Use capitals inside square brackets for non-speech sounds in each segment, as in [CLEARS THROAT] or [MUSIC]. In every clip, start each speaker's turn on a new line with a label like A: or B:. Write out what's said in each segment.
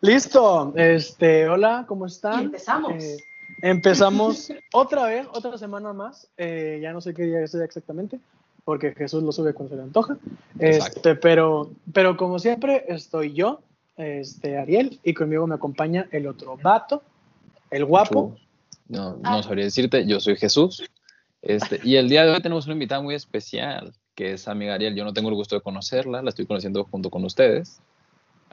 A: Listo, este, hola, ¿cómo están?
B: Y empezamos.
A: Eh, empezamos [LAUGHS] otra vez, otra semana más. Eh, ya no sé qué día es exactamente, porque Jesús lo sube cuando se le antoja.
C: Exacto.
A: Este, pero, pero como siempre, estoy yo, este, Ariel, y conmigo me acompaña el otro vato, el guapo.
C: No, no
B: Ah.
C: sabría decirte, yo soy Jesús. Este, y el día de hoy tenemos una invitada muy especial, que es amiga Ariel. Yo no tengo el gusto de conocerla, la estoy conociendo junto con ustedes.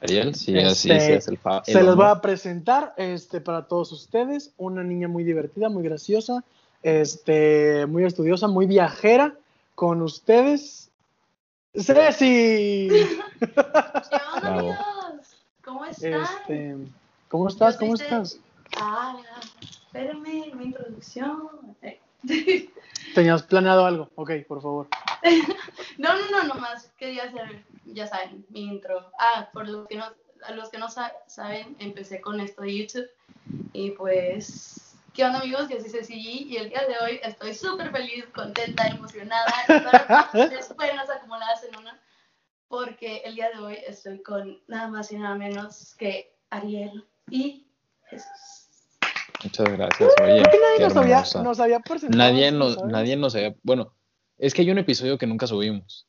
C: Ariel, si así
A: Este,
C: se hace el fa- el
A: Se los
C: honor.
A: voy a presentar este, para todos ustedes. Una niña muy divertida, muy graciosa, este, muy estudiosa, muy viajera. Con ustedes, Ceci.
B: ¿Qué onda,
C: Bravo.
B: amigos? ¿Cómo están?
A: Este, ¿Cómo estás?
B: Yo
A: ¿Cómo
B: soy
A: estás?
B: Ah, espérame, mi introducción. [LAUGHS] Eh,
A: Tenías planeado algo. Ok, por favor.
B: No, no, no, nomás quería hacer, ya saben, mi intro. Ah, por los que no, a los que no sa- saben, empecé con esto de YouTube. Y pues, ¿qué onda, amigos? Yo soy Ceci G, y el día de hoy estoy súper feliz, contenta, emocionada. Espero que ustedes pueden las acumuladas en una. Porque el día de hoy estoy con nada más y nada menos que Ariel y Jesús.
C: Muchas gracias. Oye,
A: Creo que
C: qué
A: nadie nos había,
C: hermosa.
A: nos había presentado.
C: nadie,
A: así,
C: nos,
A: ¿sabes?
C: nadie nos había- Bueno, es que hay un episodio que nunca subimos,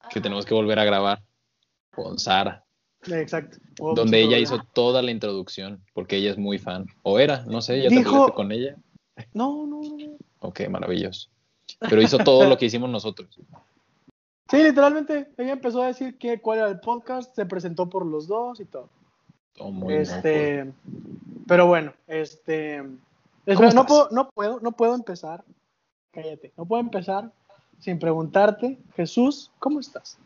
C: que
B: Ajá.
C: tenemos que volver a grabar con Sara,
A: Exacto. Hubo
C: donde
A: mucho
C: ella
A: problema.
C: hizo toda la introducción, porque ella es muy fan. O era, no sé, ya te
A: Dijo-
C: peleaste con ella.
A: No, no, no.
C: Ok, maravilloso. Pero hizo todo lo que hicimos nosotros.
A: Sí, literalmente, ella empezó a decir que, cuál era el podcast, se presentó por los dos y todo.
C: Todo muy bien.
A: este, pero bueno, este, espera,
C: ¿Cómo
A: no
C: estás?
A: puedo, no puedo, no puedo empezar. Cállate, no puedo empezar sin preguntarte, Jesús, ¿cómo estás?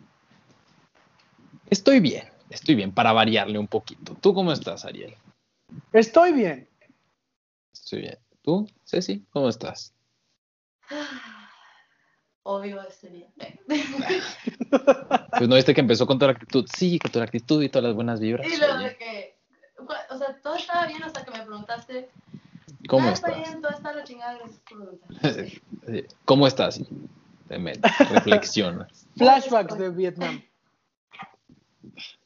C: Estoy bien, estoy bien, para variarle un poquito. ¿Tú cómo estás, Ariel?
A: Estoy bien.
C: Estoy bien. ¿Tú, Ceci, cómo estás?
B: Ah, Obvio, estoy bien. [LAUGHS] Eh.
C: Pues no viste que empezó con toda la actitud. Sí, con toda la actitud y todas las buenas vibras.
B: Y lo
C: Oye,
B: de que, o sea, todo estaba bien hasta que me preguntaste,
C: ¿Cómo
B: "Ah, está
C: estás?
B: bien, todo está a la chingada, gracias por
C: [LAUGHS]
B: preguntar.
C: Sí, ¿Cómo estás? Y Te metes, reflexionas.
A: Flashbacks de Vietnam.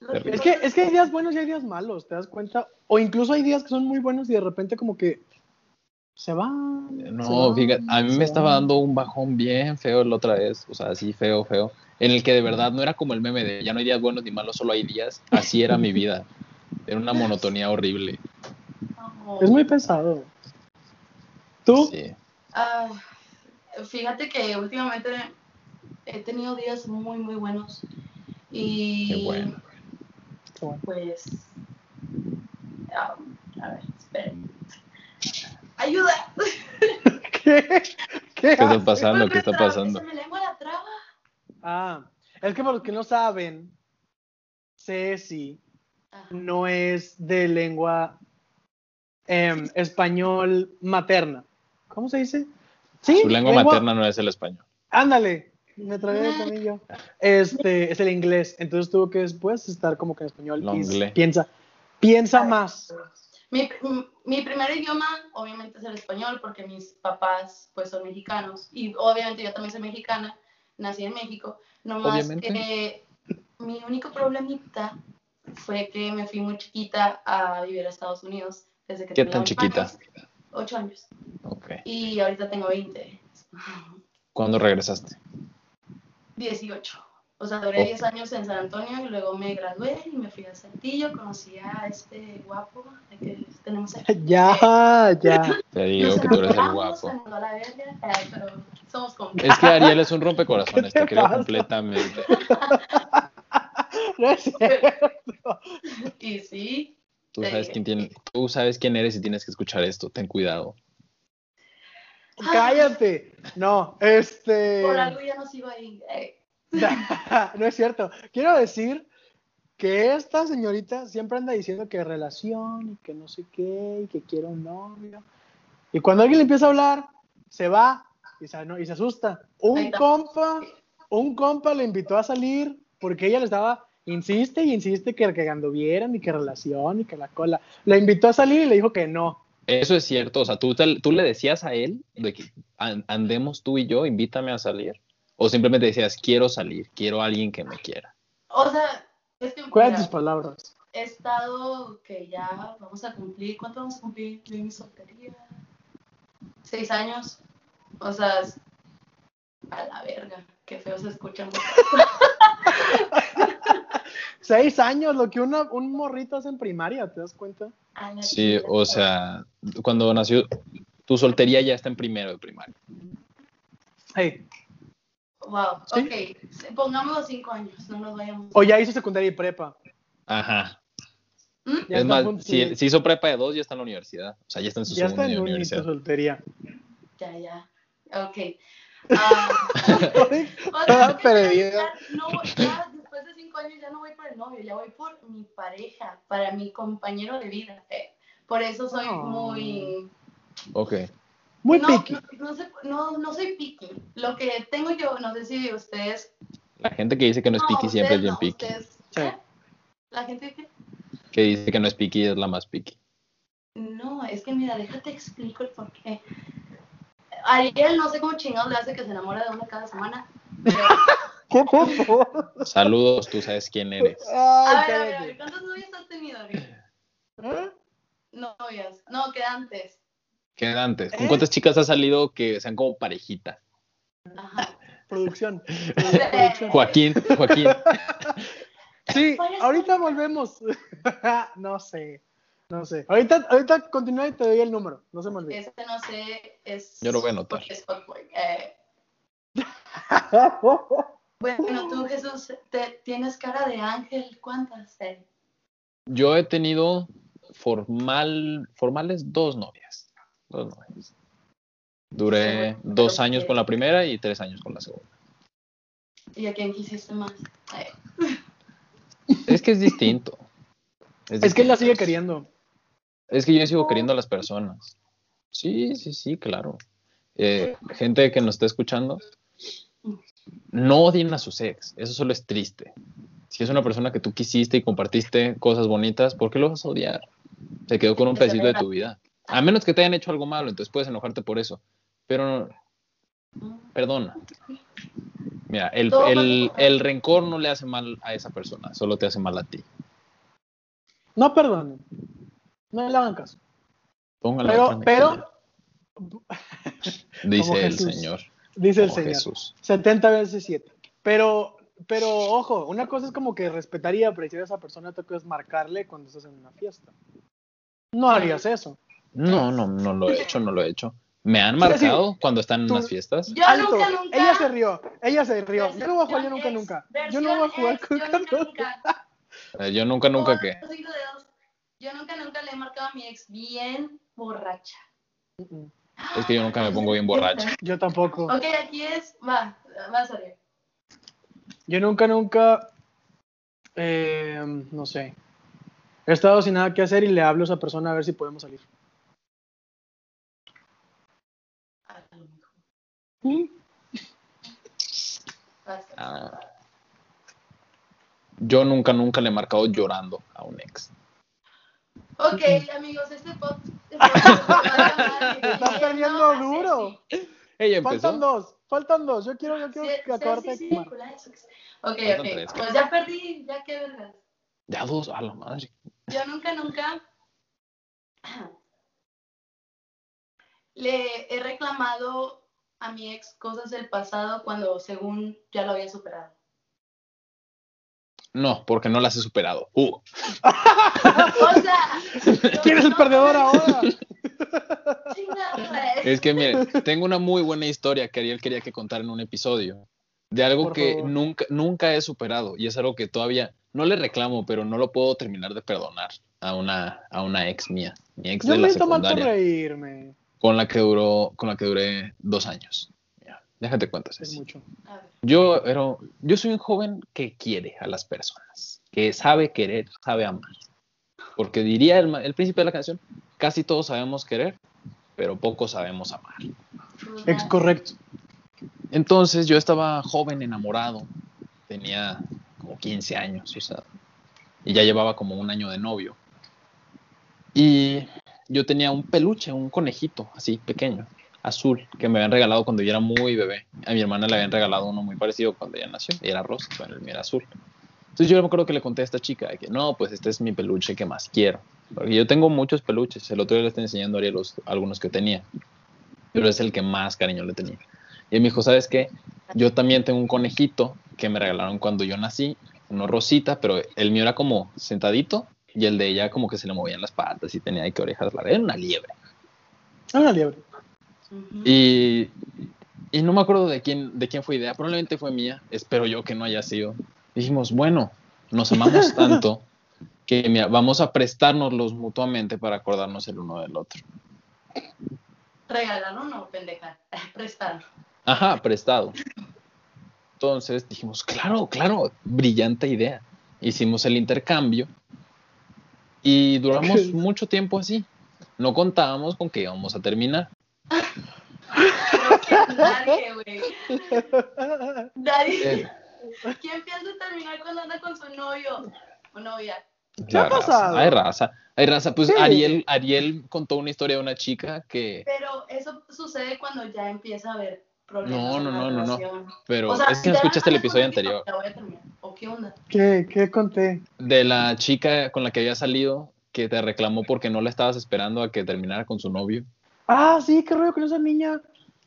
B: Lo que
A: Es que,
B: pasa
A: es que hay días buenos y hay días malos, ¿te das cuenta? O incluso hay días que son muy buenos y de repente como que se van. se
C: No,
A: van,
C: fíjate, a mí
A: se
C: me estaba
A: van.
C: dando un bajón bien feo la otra vez. O sea, así feo, feo. En el que de verdad no era como el meme de ya no hay días buenos ni malos, solo hay días. Así era mi vida. Era una monotonía horrible.
B: no-
A: Es muy pesado. ¿Tú?
C: Sí.
B: Ah, fíjate que últimamente he tenido días muy, muy buenos. Y
C: Qué bueno.
A: Qué bueno.
B: pues, ah, a ver, esperen. ¡Ayuda!
A: ¿Qué? ¿Qué?
C: ¿Qué está
A: haces?
C: pasando?
B: [LAUGHS]
C: ¿Qué
B: Me
C: está
B: trabé,
C: pasando?
B: Se me lengua la traba.
A: Ah, es que para los que no saben, Ceci
B: Ajá.
A: no es de lengua em, español materna. ¿Cómo se dice? Sí,
C: Su lengua materna no es el español.
A: Ándale, me trabé también yo. Este, es el inglés, entonces tuvo que después estar como que en español
C: Lo
A: y
C: inglés.
A: piensa, piensa más. [LAUGHS]
B: Mi, mi- mi primer idioma obviamente es el español porque mis papás pues son mexicanos y obviamente yo también soy mexicana, nací en México, nomás
C: Obviamente.
B: que mi único problemita fue que me fui muy chiquita a vivir a Estados Unidos desde que
C: ¿Qué
B: tenía
C: tan
B: ocho
C: chiquita?
B: años. Ocho años
C: Ok.
B: y ahorita tengo 20, [LAUGHS]
C: ¿Cuándo regresaste?
B: 18. O sea, duré
C: Oh.
B: 10 años en San Antonio y luego me gradué y me fui a Saltillo, conocí a este guapo que tenemos aquí.
A: Ya, ya.
C: Te digo
B: Nos
C: que tú eres el
B: enamoramos,
A: [LAUGHS]
B: se
C: guapo.
B: mandó a la verga, eh, pero somos
C: [LAUGHS]
B: compas.
C: Es que Ariel es un rompecorazones,
A: ¿Qué te
C: te creo
A: pasa?
C: completamente.
A: [LAUGHS] No es cierto.
B: [LAUGHS] Y sí,
C: Tú sabes quién tiene, tú sabes quién eres y tienes que escuchar esto. Ten cuidado.
A: Cállate. No, este.
B: por algo ya no sigo ahí. eh.
A: [LAUGHS] no es cierto. Quiero decir que esta señorita siempre anda diciendo que relación y que no sé qué y que quiere un novio. Y cuando alguien le empieza a hablar, se va y se, no, y se asusta.
B: Ahí
A: Un
B: está.
A: compa, un compa le invitó a salir porque ella le estaba, insiste y insiste que, que anduvieran y que relación y que la cola. Le invitó a salir y le dijo que no.
C: Eso es cierto. O sea, tú, te- tú le decías a él de que "An- andemos tú y yo, invítame a salir. O simplemente decías, quiero salir, quiero a alguien que me quiera.
B: O sea, es que
A: ¿Cuáles
B: mira,
A: tus palabras?
B: he estado, que ya vamos a cumplir, ¿cuánto vamos a cumplir de mi soltería? Seis años. O sea, es- a la verga, qué feo se escucha.
A: Seis años, lo que una, un morrito hace en primaria, ¿te das cuenta?
B: A la
C: Sí,
B: chingada.
C: o sea, cuando nació, tu soltería ya está en primero de primaria.
A: Hey,
B: Wow,
A: Sí.
B: ok. Pongamos los cinco años, no nos vayamos.
A: o ya hizo secundaria y prepa.
C: Ajá.
B: ¿Mm?
A: Ya
C: es
A: está
C: más,
A: fun-
C: si, si hizo prepa de dos, ya está en la universidad. O sea, ya está en su
A: ya
C: segundo
A: está
C: año
A: en
C: de
A: un y tu
C: universidad.
A: soltería.
B: Ya, ya. Ok. Ah, [LAUGHS] o sea,
A: Toda
B: creo que
A: perdida.
B: ya no voy- ya después de cinco años ya no voy por el novio, ya voy por mi pareja, para mi compañero de vida. eh. Por eso soy
A: Oh.
B: muy...
C: Ok.
A: Muy
B: no,
A: picky.
B: No, no, sé- no- no soy picky. Lo que tengo yo, no sé si ustedes...
C: La gente que dice que no es piqui siempre es
B: ustedes
C: bien
B: no,
C: piqui.
B: ustedes-
A: Sí.
B: ¿Eh? La gente que...
C: Que dice que no es piqui es la más piqui.
B: No, es que mira, déjate explico el por qué. Ariel no sé cómo chingados le hace que se enamora de una cada semana. pero-
A: ¿Qué pasó?
C: Saludos, tú sabes quién eres.
A: Ay,
B: a ver, a ver, a
A: cállate.
B: ver, ¿cuántas novias has tenido, Ariel?
A: ¿Eh?
B: Novias. No, que antes.
C: ¿Qué era antes? ¿Con
A: ¿Eh?
C: cuántas chicas has salido que sean como parejita?
B: Ajá. [LAUGHS]
A: Producción.
B: Sí.
C: Joaquín, Joaquín.
A: Sí,
B: ¿Cuál es
A: ahorita volvemos. [LAUGHS] no sé, no sé. Ahorita, ahorita continúa y te doy el número. No se me olvide.
B: Este no sé, es...
C: Yo lo voy a anotar.
B: porque es fuckboy. Eh, bueno, tú, Jesús, te, tienes cara de ángel. ¿Cuántas? Eh,
C: Yo he tenido formal, formales dos novias. Dos novias. Duré
B: Sí, bueno,
C: dos
B: pero-
C: años con la primera y tres años con la segunda.
B: ¿Y a quién quisiste más? Eh,
C: Es que es distinto.
A: [LAUGHS] es que él la sigue
C: distinto.
A: queriendo.
C: Es que yo sigo queriendo a las personas. Sí, sí, sí, claro. Eh, gente que nos está escuchando, no odien a sus ex. Eso solo es triste. Si es una persona que tú quisiste y compartiste cosas bonitas, ¿por qué lo vas a odiar? Se quedó con un
B: Que se
C: pedacito de
B: venga.
C: tu vida. A menos que te hayan hecho algo malo, entonces puedes enojarte por eso. Pero
B: mm,
C: perdona. Mira, el,
B: Todo
C: el-
B: pasa por-
C: el rencor no le hace mal a esa persona, solo te hace mal a ti.
A: No perdonen. No le hagan caso.
C: Póngala
A: Pero,
C: otra mejilla,
A: pero, como
C: dice el
A: Jesús.
C: Señor.
A: dice el
C: como
A: Señor.
C: Jesús.
A: 70 veces 7. Pero, pero ojo, una cosa es como que respetar y apreciar a esa persona, otra cosa es marcarle cuando estás en una fiesta. No harías eso.
C: No, no, no lo he hecho, no lo he hecho. Me han
A: Sí, sí.
C: marcado cuando están en
A: Tú-
C: las fiestas.
B: Yo
A: Alto.
B: nunca, nunca.
A: Ella se rió, ella se rió.
B: Versión
A: Yo no voy a jugar yo nunca,
B: ex,
A: nunca. Yo
B: versión
A: no voy a jugar
B: ex,
A: con
B: yo nunca,
C: [LAUGHS]
A: Carlos.
B: nunca.
C: Eh, Yo nunca, nunca
B: Por
C: que.
B: los cinco dedos. Yo nunca, nunca le he marcado a mi ex bien borracha.
A: Mm,
C: Es que yo nunca me pongo bien borracha.
A: Yo tampoco.
B: [LAUGHS] Ok, aquí es. Va, va a salir.
A: Yo nunca, nunca, eh, no sé, he estado sin nada que hacer y le hablo a esa persona a ver si podemos salir.
B: A lo mejor. Vas.
C: Ah. Yo nunca, nunca le he marcado llorando a un ex.
A: [LAUGHS]
B: Ok, amigos, este pod. este podcast va a acabar
A: Está
B: yendo
A: perdiendo
B: a Ceci.
A: duro.
C: Ella
A: Faltan
C: empezó.
A: dos, faltan dos. Yo quiero, yo quiero
B: Ce-
A: que acabarte
B: Ceci,
A: de
B: sí,
A: quemar.
B: culada de su ex. ¿eh? Ok,
C: Faltan tres.
B: ok. Pues ya perdí, ya qué vergas.
C: Ya dos, a la madre.
B: Yo nunca, nunca [CLEARS THROAT] le he reclamado a mi ex cosas del pasado cuando según ya lo había superado.
C: No, porque no las he superado. Uh,
B: O sea,
A: [LAUGHS] ¿Quién es el perdedor ahora?
B: Chingada, eh.
C: es que
A: [LAUGHS]
C: miren, tengo una muy buena historia que Ariel quería que contar en un episodio. De algo
A: Por
C: que
A: favor.
C: nunca, nunca he superado. Y es algo que todavía no le reclamo, pero no lo puedo terminar de perdonar a una, a una ex mía. Mi ex
A: Yo
C: de
A: me
C: la
A: hizo mal por
C: secundaria.
A: reírme.
C: con la que duró, con la que duré dos años. Mira, déjate cuentas
A: Es mucho.
B: A ver,
C: Yo era, yo soy un joven que quiere a las personas, que sabe querer, sabe amar. Porque diría el, ma- el príncipe de la canción, casi todos sabemos querer, pero pocos sabemos amar.
B: tú,
A: Ex
B: pues, ya.
A: correcto.
C: Entonces yo estaba joven, enamorado, tenía como 15 años, o sea, y ya llevaba como un año de novio. Y yo tenía un peluche, un conejito así pequeño, azul, que me habían regalado cuando yo era muy bebé. A mi hermana le habían regalado uno muy parecido cuando ella nació, y era rosa, pero el mío era azul. Entonces Entonces yo me acuerdo que le conté a esta chica de que no, pues este es mi peluche que más quiero. Porque yo tengo muchos peluches. El otro día le estaba enseñando a Ariel los, algunos que tenía. Pero es el que más cariño le tenía. Y él me dijo, ¿sabes qué? Yo también tengo un conejito que me regalaron cuando yo nací. Uno rosita, pero el mío era como sentadito y el de ella como que se le movían las patas y tenía ahí que orejas largas. Era una liebre.
A: Era una liebre.
C: Y, y no me acuerdo de quién, de quién fue idea. Probablemente fue mía. Espero yo que no haya sido. Dijimos, bueno, nos amamos tanto que mira, vamos a prestárnoslos mutuamente para acordarnos el uno del otro.
B: Regalar uno, pendeja. [LAUGHS]
A: [LAUGHS]
B: Prestar.
C: Ajá, prestado. Entonces dijimos, claro, claro, brillante idea. Hicimos el intercambio y duramos mucho tiempo así. No contábamos con que íbamos a terminar.
B: Pero ¿quién nadie, güey. Nadie.
C: Eh,
B: ¿Quién piensa terminar cuando anda con su novio o novia?
A: ¿Qué ha
C: la raza,
A: pasado?
C: Hay raza, hay raza. Pues
A: Sí.
C: Ariel, Ariel contó una historia de una chica que,
B: Pero eso sucede cuando ya empieza a haber problemas.
C: No,
B: en
C: no,
B: la
C: no, no, no.
B: relación.
C: pero
B: O sea,
C: es que no
B: ya
C: escuchaste el
B: ando con
C: episodio
B: un tipo,
C: anterior
B: Ya voy a terminar. ¿O qué onda?
A: ¿Qué, qué conté?
C: de la chica con la que había salido que te reclamó porque no la estabas esperando a que terminara con su novio.
A: Ah, sí, qué rollo con esa niña.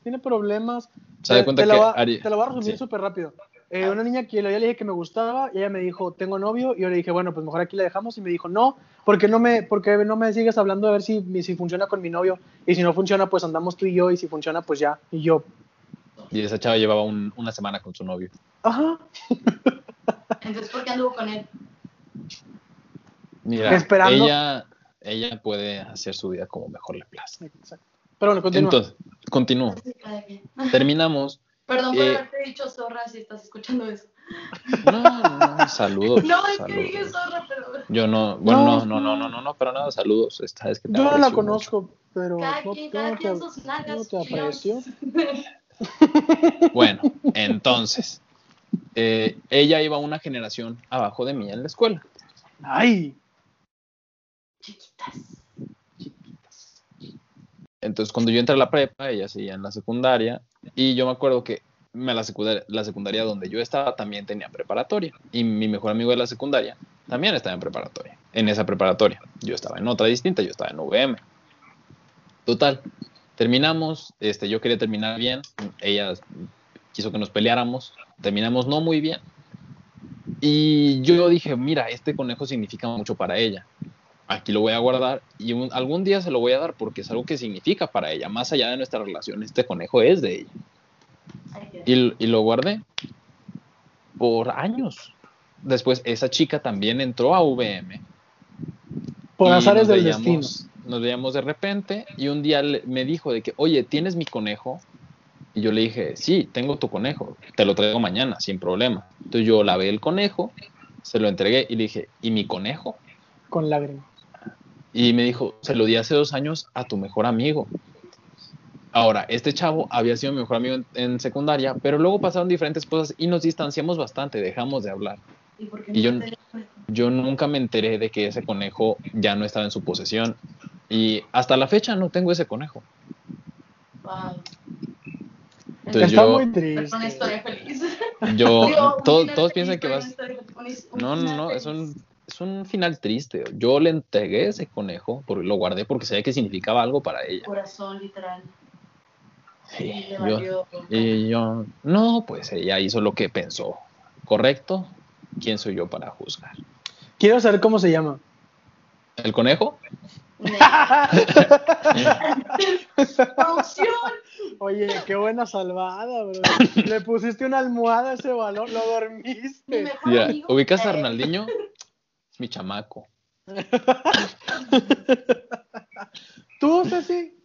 A: Tiene problemas. Eh,
C: Se da
A: Te-
C: cuenta
A: te,
C: que
A: lo va-
C: Ari-
A: te lo voy a resumir
C: sí.
A: súper rápido. Eh, una niña que yo le dije que me gustaba y ella me dijo, tengo novio. Y yo le dije, bueno, pues mejor aquí la dejamos. Y me dijo, no, porque no me, porque no me sigues hablando a ver si, mi- si funciona con mi novio. Y si no funciona, pues andamos tú y yo. Y si funciona, pues ya. Y yo,
C: Y esa chava llevaba un- una semana con su novio.
A: ajá.
B: Entonces, ¿por qué anduvo con él?
C: Mira,
A: Esperando.
C: ella, ella puede hacer su vida como mejor le plazca.
A: Exacto. Pero bueno, continúa.
C: Entonces, continúo.
B: Así, cada quien.
C: Terminamos.
B: Perdón por
C: Eh.
B: haberte dicho zorra si estás escuchando eso.
C: No, no, no,
A: [LAUGHS]
C: saludos.
B: No, es que
C: saludos.
B: dije zorra, pero
C: Yo no, bueno, no, no,
A: No.
C: no, no, no, no, pero nada, saludos. Esta vez que te
A: yo no la
C: aprecio
A: conozco, pero
B: cada
A: no,
B: quien,
A: yo
B: cada
A: no
B: quien
A: te-
B: sus nalgas.
A: no te aprecio.
B: digamos.
C: mucho. Bueno, entonces, eh, ella iba una generación abajo de mí en la escuela.
A: Ay,
B: [LAUGHS] Chiquitas.
C: Entonces, cuando yo entré a la prepa, ella seguía en la secundaria. Y yo me acuerdo que me- la, secundaria, la secundaria donde yo estaba también tenía preparatoria. Y mi mejor amigo de la secundaria también estaba en preparatoria. En esa preparatoria. Yo estaba en otra distinta, yo estaba en UVM. Total. Terminamos. Este, yo quería terminar bien. Ella quiso que nos peleáramos. Terminamos no muy bien. Y yo dije, mira, este conejo significa mucho para ella aquí lo voy a guardar y un- algún día se lo voy a dar porque es algo que significa para ella. Más allá de nuestra relación, este conejo es de ella.
B: Ay, Dios.
C: Y, y lo guardé por años. Después, esa chica también entró a VM.
A: por
C: y
A: azares
C: nos
A: del
C: veíamos-
A: destino.
C: Nos veíamos de repente y un día le- me dijo de que, oye, ¿tienes mi conejo? Y yo le dije, sí, tengo tu conejo, te lo traigo mañana, sin problema. Entonces yo lavé el conejo, se lo entregué y le dije, ¿y mi conejo?
A: Con lágrimas.
C: Y me dijo, se lo di hace dos años a tu mejor amigo. Ahora, este chavo había sido mi mejor amigo en, en secundaria, pero luego pasaron diferentes cosas y nos distanciamos bastante, dejamos de hablar.
B: ¿Y por qué
C: y yo-
B: no te cuento?
C: Yo nunca me enteré de que ese conejo ya no estaba en su posesión y hasta la fecha no tengo ese conejo.
B: Wow.
C: Entonces
A: Está
C: yo-
A: muy
B: Es
A: triste.
B: una historia feliz.
C: Yo,
B: [LAUGHS] Digo, pues, un
C: todo-
B: final
C: todos
B: feliz,
C: piensan que
B: pero
C: vas...
B: una historia- un is- un
C: No, no,
B: final
C: no, es
B: feliz.
C: un, es un final triste. Yo le entregué ese conejo, porque lo guardé porque sabía que significaba algo para ella.
B: Corazón, literal.
C: Sí,
B: Y le
C: yo-
B: valió.
C: Y yo, no, pues ella hizo lo que pensó. ¿Correcto? ¿Quién soy yo para juzgar?
A: Quiero saber cómo se llama.
C: ¿El conejo? [LAUGHS]
B: Producción.
A: Oye, qué buena salvada, bro. Le pusiste una almohada a ese balón, lo
B: Mi
A: dormiste.
B: mejor
C: Mira,
B: amigo.
C: ¿ubicas a
B: Eh,
C: Arnaldiño? Es mi chamaco.
A: Tú, Ceci,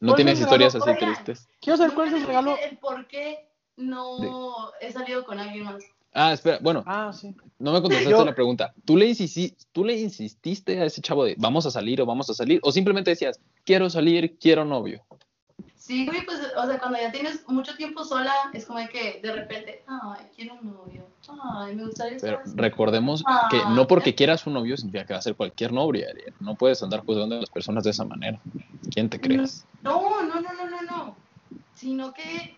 C: No tienes
A: Oigan,
C: historias así
B: oigan.
C: tristes.
A: quiero saber cuál
B: Nunca
A: es el
B: le
A: regalo.
B: dije El por qué no he salido con alguien más.
C: Ah, espera, bueno,
A: Ah, sí.
C: no me contestaste
A: Yo-
C: la pregunta. ¿Tú le, insisti- ¿Tú le insististe a ese chavo de vamos a salir o vamos a salir? ¿O simplemente decías quiero salir, quiero novio?
B: Sí, güey, pues, o sea, cuando ya tienes mucho tiempo sola, es como de que de repente, ay, quiero un novio. Ay, me gustaría estar
C: Pero
B: así".
C: recordemos
B: Ah.
C: que no porque quieras un novio significa que va a ser cualquier novio, Ariel. No puedes andar juzgando a las personas de esa manera. ¿Quién te crees?
B: No, no, no, no, no, no. Sino que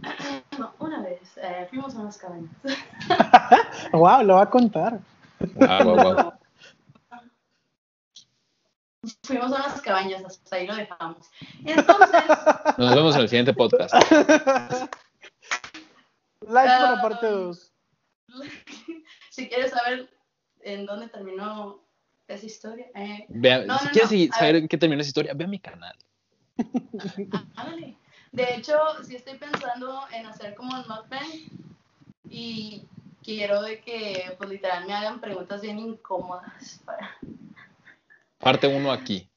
B: [CLEARS THROAT] No, una vez eh, fuimos a unas cabañas.
A: Wow, lo va a contar.
C: Guau, guau, guau.
B: Fuimos a unas cabañas, hasta ahí lo dejamos. Entonces,
C: Nos vemos en el siguiente podcast.
A: Like para
B: Ah.
A: parte 2.
B: si quieres saber en dónde terminó esa historia, eh,
C: Vea-
B: No, no,
C: si quieres
B: no,
C: seguir-
B: a
C: saber en qué terminó esa historia, ve a mi canal.
B: ándale. De hecho, sí estoy pensando en hacer como un mukbang y quiero de que, pues literal, me hagan preguntas bien incómodas. Para...
C: Parte uno aquí.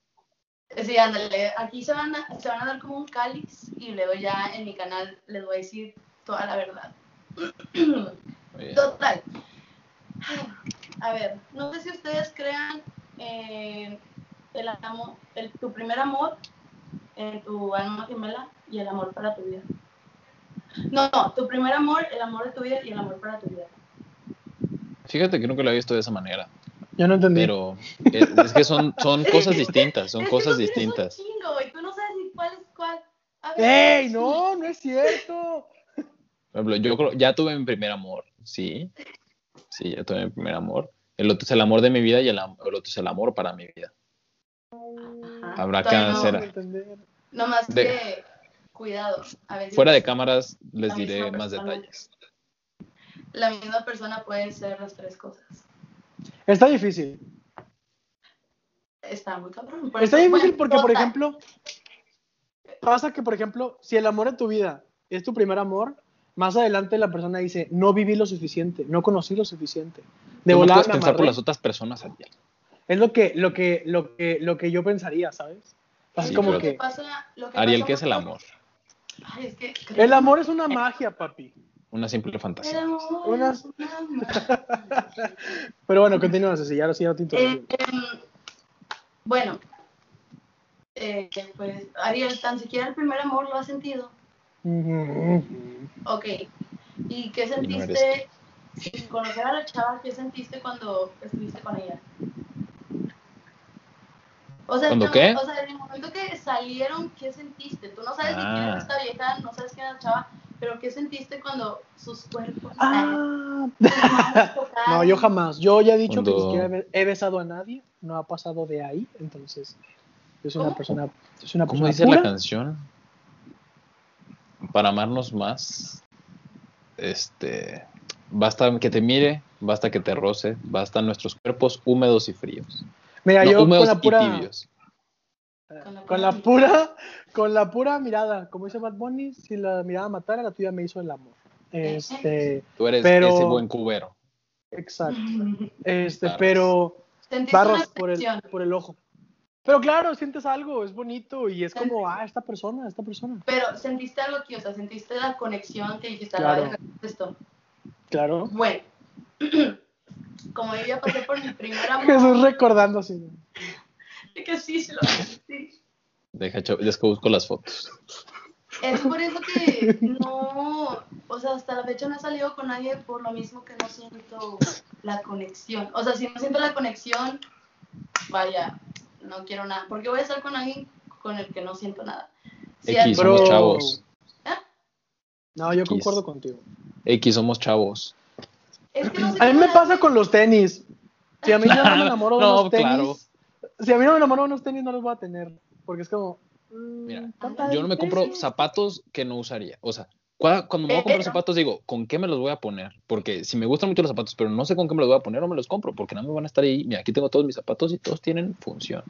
B: Sí, ándale. Aquí se van, a, se van a dar como un cáliz y luego ya en mi canal les voy a decir toda la verdad.
C: Muy bien.
B: Total. A ver, no sé si ustedes crean en el amo, el- tu primer amor en tu alma gemela y el amor para tu vida. No, no, tu primer amor, el amor de tu vida y el amor para tu vida.
C: Fíjate que nunca lo había visto de esa manera,
A: Yo no entendí.
C: pero es, es que son,
B: [LAUGHS]
C: son cosas distintas, son
B: Es que
C: cosas
B: tú tienes
C: distintas.
B: Un chingo, y tú no sabes ni cuál es cuál. A ver,
A: ¡Ey! No, no es cierto.
C: Por ejemplo, yo creo- ya tuve mi primer amor, sí. Sí, ya tuve mi primer amor. El otro es el amor de mi vida y el, am- el otro es el amor para mi vida.
B: Ajá,
C: Habrá que
B: todavía no-
A: No,
C: Ah, será.
A: no entender.
B: No más
C: De-
B: que cuidado. A veces
C: Fuera de cámaras les
B: la
C: diré
B: misma
C: más
B: persona.
C: detalles.
B: La misma persona puede ser las tres cosas.
A: Está difícil.
B: Está muy cabrón. por
A: Está
B: eso-
A: difícil
B: bueno,
A: porque, por
B: total.
A: ejemplo, pasa que, por ejemplo, si el amor de tu vida es tu primer amor, más adelante la persona dice, no viví lo suficiente, no conocí lo suficiente. De
C: Tú no
A: volar
C: puedes pensar por las otras personas a ti.
A: Es lo que, lo, que, lo, que, lo que yo pensaría, ¿sabes? Así
C: Sí,
A: como
C: pero-
B: Lo
A: que...
B: pasa- lo que
C: Ariel,
B: pasa
C: ¿qué es el
B: mucho-
C: amor?
B: Ay, es que-
A: El amor es
B: Eh.
A: una magia, papi.
C: Una simple
B: El
C: fantasía.
B: amor
A: Unas-
B: es una magia.
A: Pero bueno, continúa, Ceci, ya lo sigo tinto.
B: [LAUGHS] Eh, em, Bueno, eh, pues Ariel, tan siquiera el primer amor lo has sentido. Eh.
A: Mm-hmm.
B: Ok. ¿Y qué sentiste sin conocer a la chava? ¿Qué sentiste cuando estuviste con ella? O sea,
C: ¿Cuándo
B: no,
C: qué?
B: O sea, en el momento que salieron, ¿qué sentiste? Tú no sabes ni quién
C: Ah.
B: era esta vieja, no sabes quién era la chava, pero ¿qué sentiste cuando sus cuerpos
A: Ah,
B: ah, tocaron?
A: no, yo jamás. Yo ya he dicho que
C: Cuando-
A: ni siquiera he- he besado a nadie, no ha pasado de ahí, entonces yo soy una
B: ¿Cómo?
A: persona, yo soy una
C: ¿Cómo
A: persona
C: dice
A: pura.
C: la canción? Para amarnos más, este, basta que te mire, basta que te roce, basta nuestros cuerpos húmedos y fríos.
A: Mira,
C: No,
A: yo con
C: húmedos
A: la
C: y
A: pura,
C: tibios.
A: con la pura, con la pura mirada, como dice Bad Bunny, si la mirada matara, la tuya me hizo el amor. Este,
C: Tú eres
A: Pero-
C: ese buen cubero.
A: exacto. Este,
C: Barras.
A: pero
B: Sentiste una
A: barras por el,
B: conexión,
A: por el ojo. Pero claro, sientes algo, es bonito y es como, ah, esta persona, esta persona.
B: pero sentiste algo que, o sea, sentiste la conexión que dijiste,
A: Claro.
B: la esto.
A: Claro.
B: Bueno, [CLEARS THROAT] como yo ya pasé por mi primer
A: [LAUGHS]
B: amor,
A: [LAUGHS] Jesús recordando así.
B: que sí, sí lo sí.
C: Deja, cho- es que busco las fotos.
B: Es por eso que no, o sea, hasta la fecha no he salido con nadie por lo mismo que no siento la conexión. O sea, si no siento la conexión, vaya, no quiero nada. Porque voy a estar con alguien con el que no siento nada. Si
C: X,
B: al-
A: Bro.
C: somos chavos.
A: No, yo
C: Kiss.
A: concuerdo contigo.
C: X, somos chavos.
B: es que no pues, sé
A: A mí
B: cómo
A: me
B: le
A: pasa
B: hacen.
A: con los tenis. Si a mí no
C: Claro,
A: me enamoro de
C: no,
A: unos tenis,
C: claro.
A: si a mí no me enamoro de unos tenis, no los voy a tener. Porque es como. mm,
C: Mira,
A: tan padre
C: Yo no me
A: el
C: compro
A: tenis.
C: zapatos que no usaría. O sea, cua- cuando me voy a comprar
B: Pero-
C: zapatos digo, ¿con qué me los voy a poner? Porque si me gustan mucho los zapatos, pero no sé con qué me los voy a poner, no me los compro, porque no me van a estar ahí. Mira, aquí tengo todos mis zapatos y todos tienen función.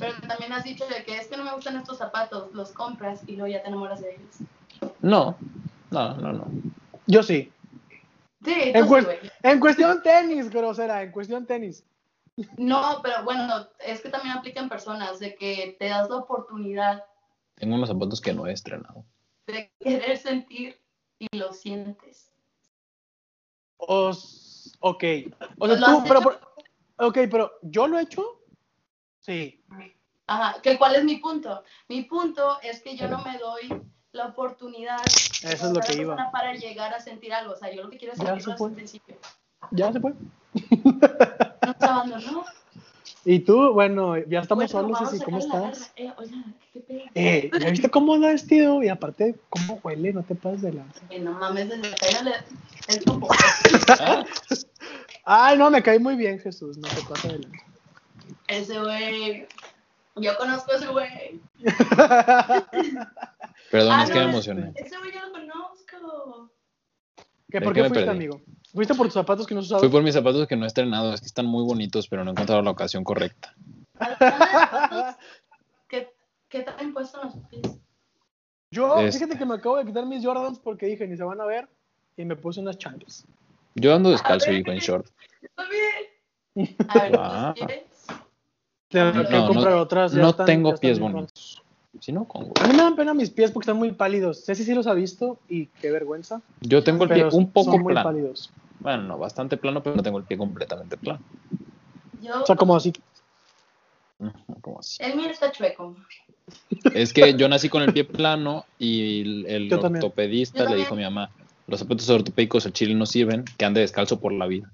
B: Pero también has dicho de que es que no me gustan estos zapatos, los compras y luego ya te enamoras de ellos.
C: No, no, no, no.
A: Yo sí.
B: Sí,
A: En,
B: tú sí,
A: cues-
B: güey.
A: en cuestión tenis, grosera, en cuestión tenis.
B: No, pero bueno, es que también aplican personas de que te das la oportunidad
C: Tengo unos zapatos que no he estrenado.
B: de querer sentir y lo sientes.
A: Os- ok. O
B: ¿Lo
A: sea,
B: has
A: tú,
B: hecho?
A: pero. por- ok, pero ¿yo lo he hecho? Sí.
B: Ajá, que cuál es mi punto? Mi punto es que yo no me doy la oportunidad
A: Eso es lo que iba.
B: para llegar a sentir algo, o sea, yo lo que quiero es
A: Ya
B: sentirlo desde
A: supo.
B: el principio.
A: ¿Ya se fue? [LAUGHS]
B: Nos abandonó.
A: Y tú, bueno, ya estamos
B: Bueno,
A: solos,
B: vamos
A: Ceci,
B: a
A: ¿cómo
B: sacar la
A: estás?
B: garra. Eh, oiga, ¿qué pedo?
A: Eh, ¿ya viste cómo anda vestido? Y aparte, ¿cómo huele? No te pases de lanza.
B: Eh, no mames, desde apenas le- el tubo.
C: Ah,
A: Ay, no, me caí muy bien, Jesús, no te pases de
B: Ese güey. Yo conozco a ese güey.
A: lanza.
C: Perdón,
B: Ah,
C: es
B: no,
C: que me
B: es-
C: emocioné.
B: Ese güey yo
A: [LAUGHS]
B: lo conozco.
A: ¿Qué,
C: ¿De
A: ¿Por
C: qué
A: qué
C: me
A: fuiste,
C: perdí?
A: amigo? ¿Fuiste por tus zapatos que no has usado?
C: Fui por mis zapatos que no he estrenado, es que están muy bonitos, pero no he encontrado la ocasión correcta.
B: Hablando de zapatos, ¿Qué, qué te han puesto en los pies?
A: Yo,
C: Este.
A: fíjate que me acabo de quitar mis Jordans porque dije, ni se van a ver, y me puse unas chanclas.
C: Yo ando descalzo y con short.
B: Yo también. A ver,
C: Ah.
B: ¿qué quieres?
A: Tengo
B: No,
A: que
B: no,
A: comprar otras. ya
C: No
A: están- ya
C: tengo
A: están
C: pies
A: bien
C: bonitos. Si no, con
A: rotas. A mí me dan pena mis pies porque están muy pálidos. Ceci sí los ha visto y qué vergüenza.
C: Yo tengo el pie
A: pero
C: un poco
A: son muy
C: plano.
A: pálidos.
C: Bueno, no, bastante plano, pero no tengo el pie completamente plano.
B: Yo,
A: O sea, como así.
C: Ujú, como así.
B: el mío está chueco.
C: Es que yo nací con el pie plano y el, el
A: Yo también.
C: ortopedista
B: Yo
C: le
B: también.
C: dijo a mi mamá, los zapatos ortopédicos al chile no sirven, que ande descalzo por la vida.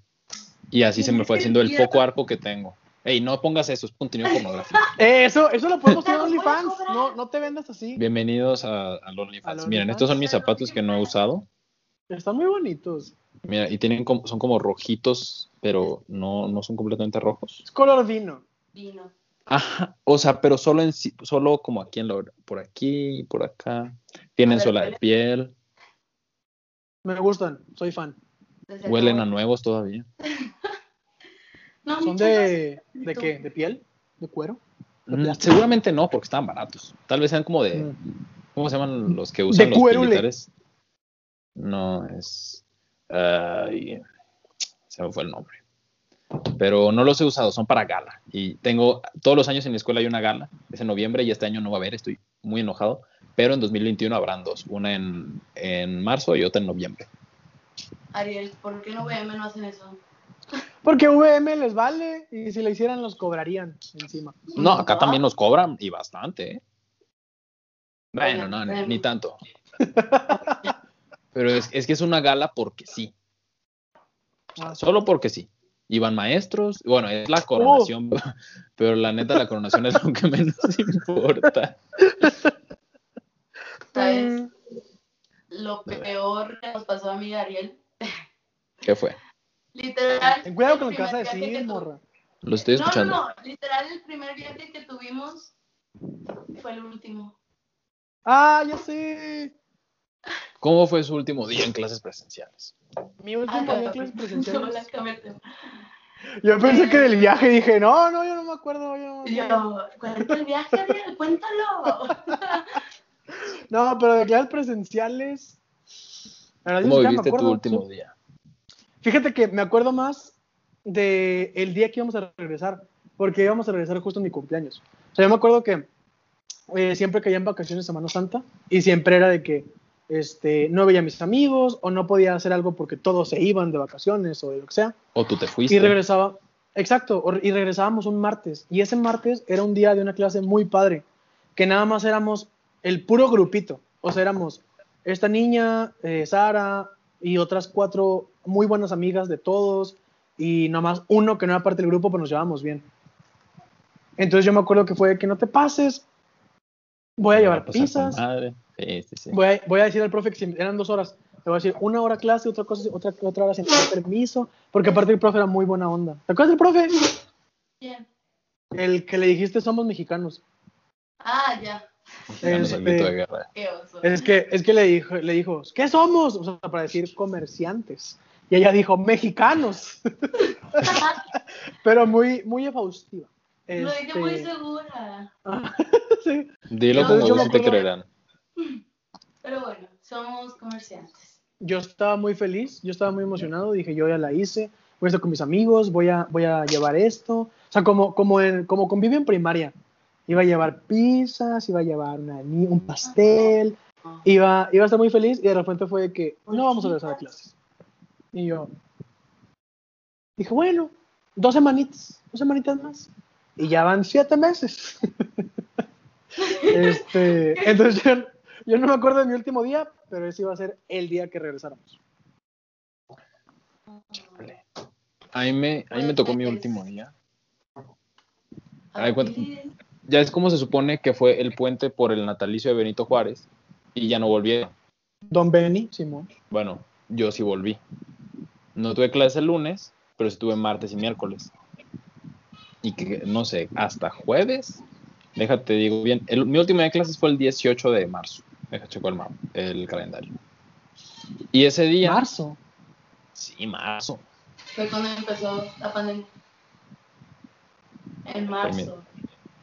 C: Y así se
B: [LAUGHS]
C: me fue haciendo el poco arco que tengo. Ey, no pongas eso, es contenido
B: [LAUGHS]
C: pornográfico.
A: Eh, eso, eso lo podemos hacer en
B: Te lo voy a
A: OnlyFans.
B: cobrar.
A: No, no te vendas así.
C: Bienvenidos a, al
A: Al
C: OnlyFans.
A: OnlyFans.
C: Miren, estos son mis zapatos que no he usado.
A: Están muy bonitos.
C: Mira, y tienen como, son como rojitos, pero no, no son completamente rojos.
A: Es color vino.
B: Vino.
C: Ajá, o sea, pero solo en sí- solo como aquí en la or- por aquí, por acá. Tienen
B: A ver,
C: suela de
B: huele.
C: piel,
A: Me gustan, soy fan.
B: desde
C: huelen a
B: acá.
C: nuevos todavía.
B: No,
A: ¿Son
B: Ah, muchas gracias.
A: de, de qué? ¿De piel? ¿De cuero? ¿De
C: Mm,
A: plástico?
C: Seguramente no, porque estaban baratos. Tal vez sean como de,
A: Mm.
C: ¿cómo se llaman los que usan los
A: cuérule.
C: militares? No, es... ay, se me fue el nombre. Pero no los he usado, son para gala. Y tengo, todos los años en la escuela hay una gala, es en noviembre y este año no va a haber, estoy muy enojado. Pero en 2021 habrán dos, una en, en marzo y otra en noviembre.
B: Ariel, ¿por qué no VM no hacen eso?
A: Porque VM les vale y si le hicieran los cobrarían encima.
C: No, acá
B: Ah.
C: también nos cobran y bastante. ¿eh? Bueno,
B: Oigan,
C: no, ni,
B: pero-
C: ni
A: [LAUGHS]
C: tanto. Pero es, es que es una gala porque sí,
A: Ah,
C: solo porque sí. Iban maestros, bueno, es
A: Oh.
C: la coronación, [LAUGHS] pero la neta la coronación es lo que [LAUGHS] menos importa.
B: ¿Sabes?
A: mm,
B: Lo peor que nos pasó a mí y a Ariel.
C: ¿Qué fue?
B: Literal.
A: Ten cuidado
B: el
A: con lo que vas a
B: primer viaje
A: decir,
B: que tu-
A: morra.
C: Lo estoy
B: no,
C: escuchando.
B: No, no, literal el primer viaje que tuvimos fue el último.
A: Ah, ya sé.
C: ¿Cómo fue su último día en clases presenciales?
A: Mi último
B: Ah,
A: día en Pues clases
B: no, [LAUGHS]
A: presenciales.
B: la cabeza.
A: Yo pensé que del viaje dije, no, no, yo no me acuerdo. Yo no, me
B: Y
A: acuerdo.
B: Yo, cuenta el viaje, Ariel, [LAUGHS] cuéntalo.
A: No, pero de clases presenciales. La verdad,
C: ¿Cómo
A: ni siquiera me
C: viviste tu
A: acuerdo.
C: último día?
A: Fíjate que me acuerdo más de el día que íbamos a regresar, porque íbamos a regresar justo en mi cumpleaños. O sea, yo me acuerdo que eh, siempre caía en vacaciones Semana Santa y siempre era de que este, no veía a mis amigos o no podía hacer algo porque todos se iban de vacaciones o de lo que sea.
C: ¿O tú te
A: Y
C: fuiste?
A: regresaba, exacto, or- y regresábamos un martes. Y ese martes era un día de una clase muy padre, que nada más éramos el puro grupito. O sea, éramos esta niña, eh, Sara y otras cuatro muy buenas amigas de todos, y nada más uno que no era parte del grupo, pero nos llevábamos bien. Entonces yo me acuerdo que fue de que no te pases, voy a llevar
C: pasar con
A: pizzas,
C: madre. Sí, sí, sí.
A: Voy a, voy a decir al profe que si eran dos horas. Le voy a decir una hora clase, otra, cosa, otra, otra hora sin pedir permiso. Porque aparte el profe era muy buena onda. ¿Te acuerdas del profe?
B: Bien.
A: El que le dijiste somos mexicanos.
B: Ah, ya,
C: Ganas
A: este-
C: el grito de guerra.
B: qué oso.
A: Es que, es que le, dijo, le dijo, ¿qué somos? O sea, para decir comerciantes. Y ella dijo, mexicanos. [LAUGHS] Pero muy, muy exhaustiva.
B: Lo dije muy
A: Este,
B: segura.
A: sí.
C: Dilo
B: No,
C: como
B: yo me
C: si te
A: acuerdo-
C: creerán.
B: Pero bueno, somos comerciantes.
A: yo estaba muy feliz, yo estaba muy emocionado, dije, yo ya la hice, voy a estar con mis amigos, voy a, voy a llevar esto, o sea, como, como, en, como convivio en primaria, iba a llevar pizzas, iba a llevar una ni- un pastel, iba, iba a estar muy feliz y de repente fue de que, no vamos a regresar a clases. Y yo dije, bueno, dos semanitas, dos semanitas más. Y ya van siete meses. [LAUGHS] este, entonces yo, yo no me acuerdo de mi último día, pero ese iba a ser el día que regresáramos.
C: A mí me, a mí me tocó mi último día. Ay, cuenta- ya es como se supone que fue el puente por el natalicio de Benito Juárez y ya no volvieron.
A: Don Benny, Simón.
C: Bueno, yo sí volví. No tuve clase el lunes, pero sí tuve martes y miércoles. Y que, no sé, hasta jueves. Déjate, digo bien. el- mi última día de clases fue el 18 de marzo. Deja checo el, ma- el calendario. Y ese día.
A: Marzo.
C: Sí, marzo.
B: Fue cuando empezó la pandemia. En marzo.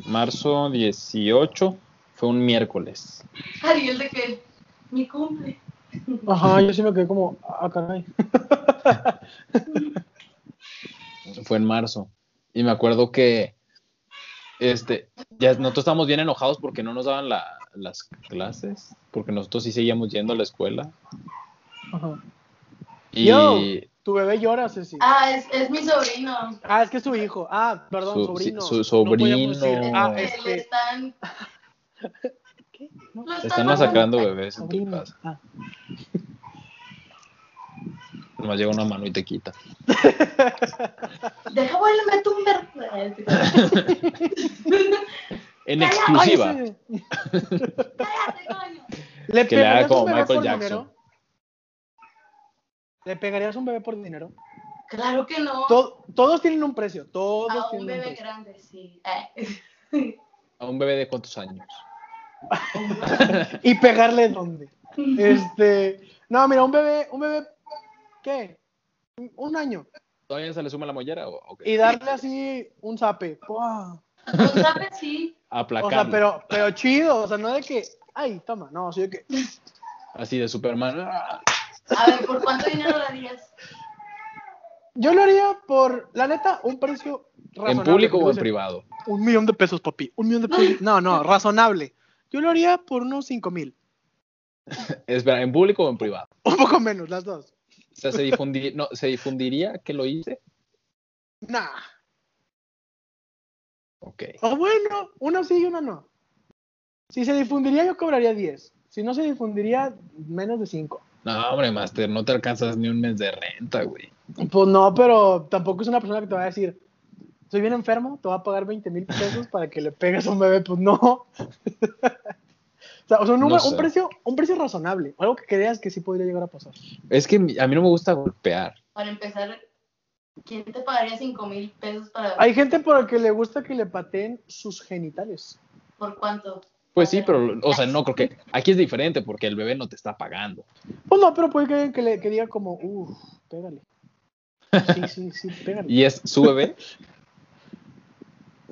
C: Marzo 18 fue un miércoles.
B: Ariel de que mi cumple.
A: Ajá, yo sí me quedé como, ah, caray.
C: fue en marzo. Y me acuerdo que este, ya nosotros estábamos bien enojados porque no nos daban la- las clases, porque nosotros sí seguíamos yendo a la escuela.
A: Ajá.
C: Y
A: Yo. Tu bebé llora, Ceci.
B: Ah, es, es mi sobrino.
A: Ah, es que es su hijo. Ah, perdón,
C: Su-
A: sobrino.
C: sí, su-
A: No podíamos
C: sobrino.
A: decir, ah,
B: Este,
A: este.
B: le están,
A: ¿Qué? No,
B: lo
C: están masacrando bebés en tu casa.
A: Ah.
C: Nomás llega una mano y te quita.
B: Deja, güey, le meto un verde.
C: En
B: Ay,
C: exclusiva.
A: Ay, ese-
B: Cállate, coño.
A: ¿Le
C: Que le haga
A: pegarías
C: como
A: un bebé
C: Michael
A: por
C: Jackson.
A: dinero? ¿Le pegarías un bebé por dinero?
B: Claro que no.
A: To- todos tienen un precio. Todos
B: a un
A: tienen un
B: bebé
A: precio.
B: grande, sí. Eh.
C: A un bebé de cuántos años.
A: ¿Y pegarle dónde?
B: [LAUGHS]
A: Este. No, mira, un bebé, un bebé. ¿Qué? Un- Un año.
C: ¿Todavía se le suma la mollera? O, o qué?
A: Y darle así un zape. ¡Pua!
B: Con zape sí.
C: Aplacarlo.
A: O sea, pero, pero chido. O sea, no de que. Ay, toma. No, así de que.
C: Así de Superman. ¡ah!
B: A ver, ¿por cuánto dinero darías?
A: Yo lo haría por, la neta, un precio razonable.
C: ¿En público
A: porque
C: o en
A: dicen,
C: privado?
A: Un millón de pesos, papi. Un millón de pesos. No, no, razonable. Yo lo haría por unos cinco mil. [LAUGHS]
C: Espera, ¿en público o en privado?
A: Un poco menos, las dos.
C: O sea, se, difundi- no, ¿se difundiría que lo hice.
A: Nah.
C: Ok.
A: O bueno, una sí y una no. Si se difundiría, yo cobraría 10. Si no se difundiría, menos de 5.
C: No, hombre, Master, no te alcanzas ni un mes de renta, güey.
A: Pues no, pero tampoco es una persona que te va a decir, soy bien enfermo, te va a pagar 20 mil pesos para que le pegues a un bebé. Pues no. [LAUGHS] o sea, o sea, un,
C: No
A: número-
C: sé.
A: un, precio, un precio razonable. Algo que creas que sí podría llegar a pasar.
C: Es que mi- a mí no me gusta golpear.
B: Para empezar, ¿quién te pagaría 5 mil pesos para.?
A: Hay gente por la que le gusta que le pateen sus genitales.
B: ¿Por cuánto?
C: Pues sí, pero, o sea, no creo que. Aquí es diferente porque el bebé no te está pagando.
A: Pues no, pero puede que alguien que, le, que diga como, uff, pégale. Sí,
C: [LAUGHS]
A: sí, sí, pégale.
C: Y es su bebé.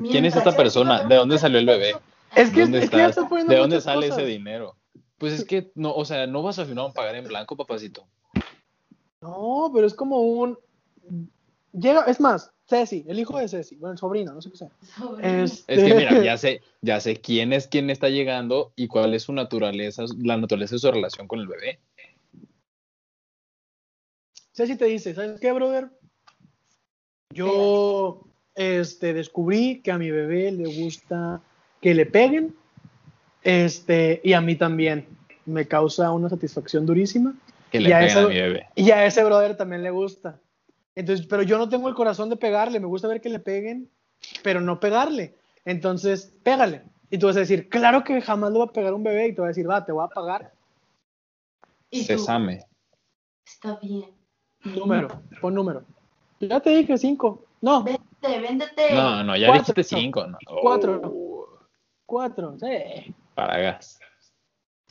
C: ¿Quién es esta persona? ¿De dónde salió el bebé?
A: [LAUGHS]
B: [LAUGHS]
A: Es que,
C: ¿Dónde
A: es que ya
C: estás?
A: estás poniendo
C: ¿De dónde
A: muchas
C: sale
A: cosas.
C: ese dinero? Pues es que, no, o sea, no vas a firmar un pagar en blanco, papacito.
A: No, pero es como un. Llega, es más, Ceci, el hijo de Ceci, bueno, el sobrino, no sé qué sea. Este,
B: Es...
C: Es que, mira, ya sé, ya sé quién es quién está llegando y cuál es su naturaleza, la naturaleza de su relación con el bebé.
A: [LAUGHS] Ceci te dice, ¿sabes qué, brother? Yo este, descubrí que a mi bebé le gusta que le peguen, este, y a mí también. Me causa una satisfacción durísima.
C: Que le
A: Ya,
C: peguen
A: eso-
C: a mi bebé.
A: Y a ese brother también le gusta. Entonces, pero yo no tengo el corazón de pegarle, me gusta ver que le peguen, pero no pegarle. Entonces, pégale. Y tú vas a decir, claro que jamás lo va a pegar un bebé y te va a decir, va, te voy a pagar
B: ¿Y tú?
C: Sesame.
B: Está bien.
A: número, pon número. Ya te dije cinco, no,
B: Véndete, véndete.
C: No, no, ya
A: eh, Cuatro.
C: dijiste cinco, no.
A: Cuatro.
C: Oh,
A: cuatro, sí.
C: para gas.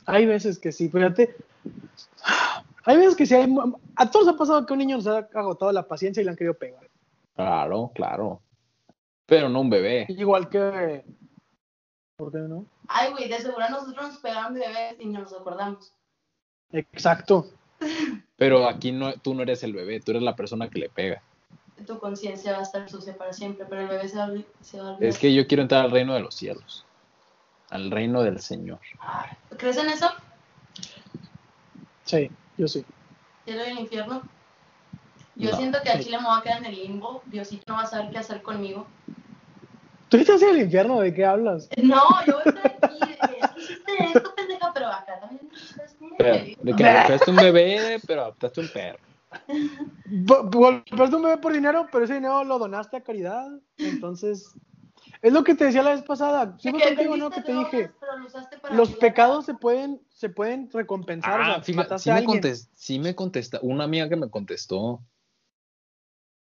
A: Hay veces que sí, fíjate. Hay veces que sí, hay, a todos ha pasado que un niño nos ha agotado la paciencia y le han querido pegar.
C: Claro, claro. Pero no un bebé.
A: Igual que... ¿Por qué no?
B: Ay, güey, de seguro a nosotros nos pegaron de bebés y no nos acordamos.
A: Exacto.
C: Pero aquí no, tú no eres el bebé, tú eres la persona que le pega.
B: Tu conciencia va a estar sucia para siempre, pero el bebé se va a, olvi- se va a olvidar.
C: Es que yo quiero entrar al reino de los cielos, al reino del Señor.
B: Ay, ¿Crees en eso?
A: Sí, yo sí.
B: ¿Cielo y el infierno? Yo
C: No.
B: siento que al chile me voy a quedar en el limbo. Diosito no va a saber qué hacer conmigo.
A: ¿Tú estás en el infierno? ¿De qué hablas?
B: [LAUGHS] No, yo voy a estar [LAUGHS] aquí. de que, "Es que hiciste esto, pendeja, pero acá también. ¿sabes qué?".
C: Pero, de que adoptaste un bebé, pero adoptaste un perro.
A: Vo- Golpeaste un bebé por dinero, pero ese dinero lo donaste a caridad. Entonces, Es lo que te decía la vez pasada.
B: De
A: Sigo
B: que
A: contigo, ¿no? Que
B: vendiste
A: te
B: drogas,
A: dije.
B: pero lo usaste para
A: Los
B: ayudar.
A: pecados se pueden, se pueden recompensar. o
C: Ah,
A: sea,
C: fíjate,
A: mataste
C: sí
A: a
C: me,
A: alguien.
C: contes- sí me contesta, una amiga que me contestó.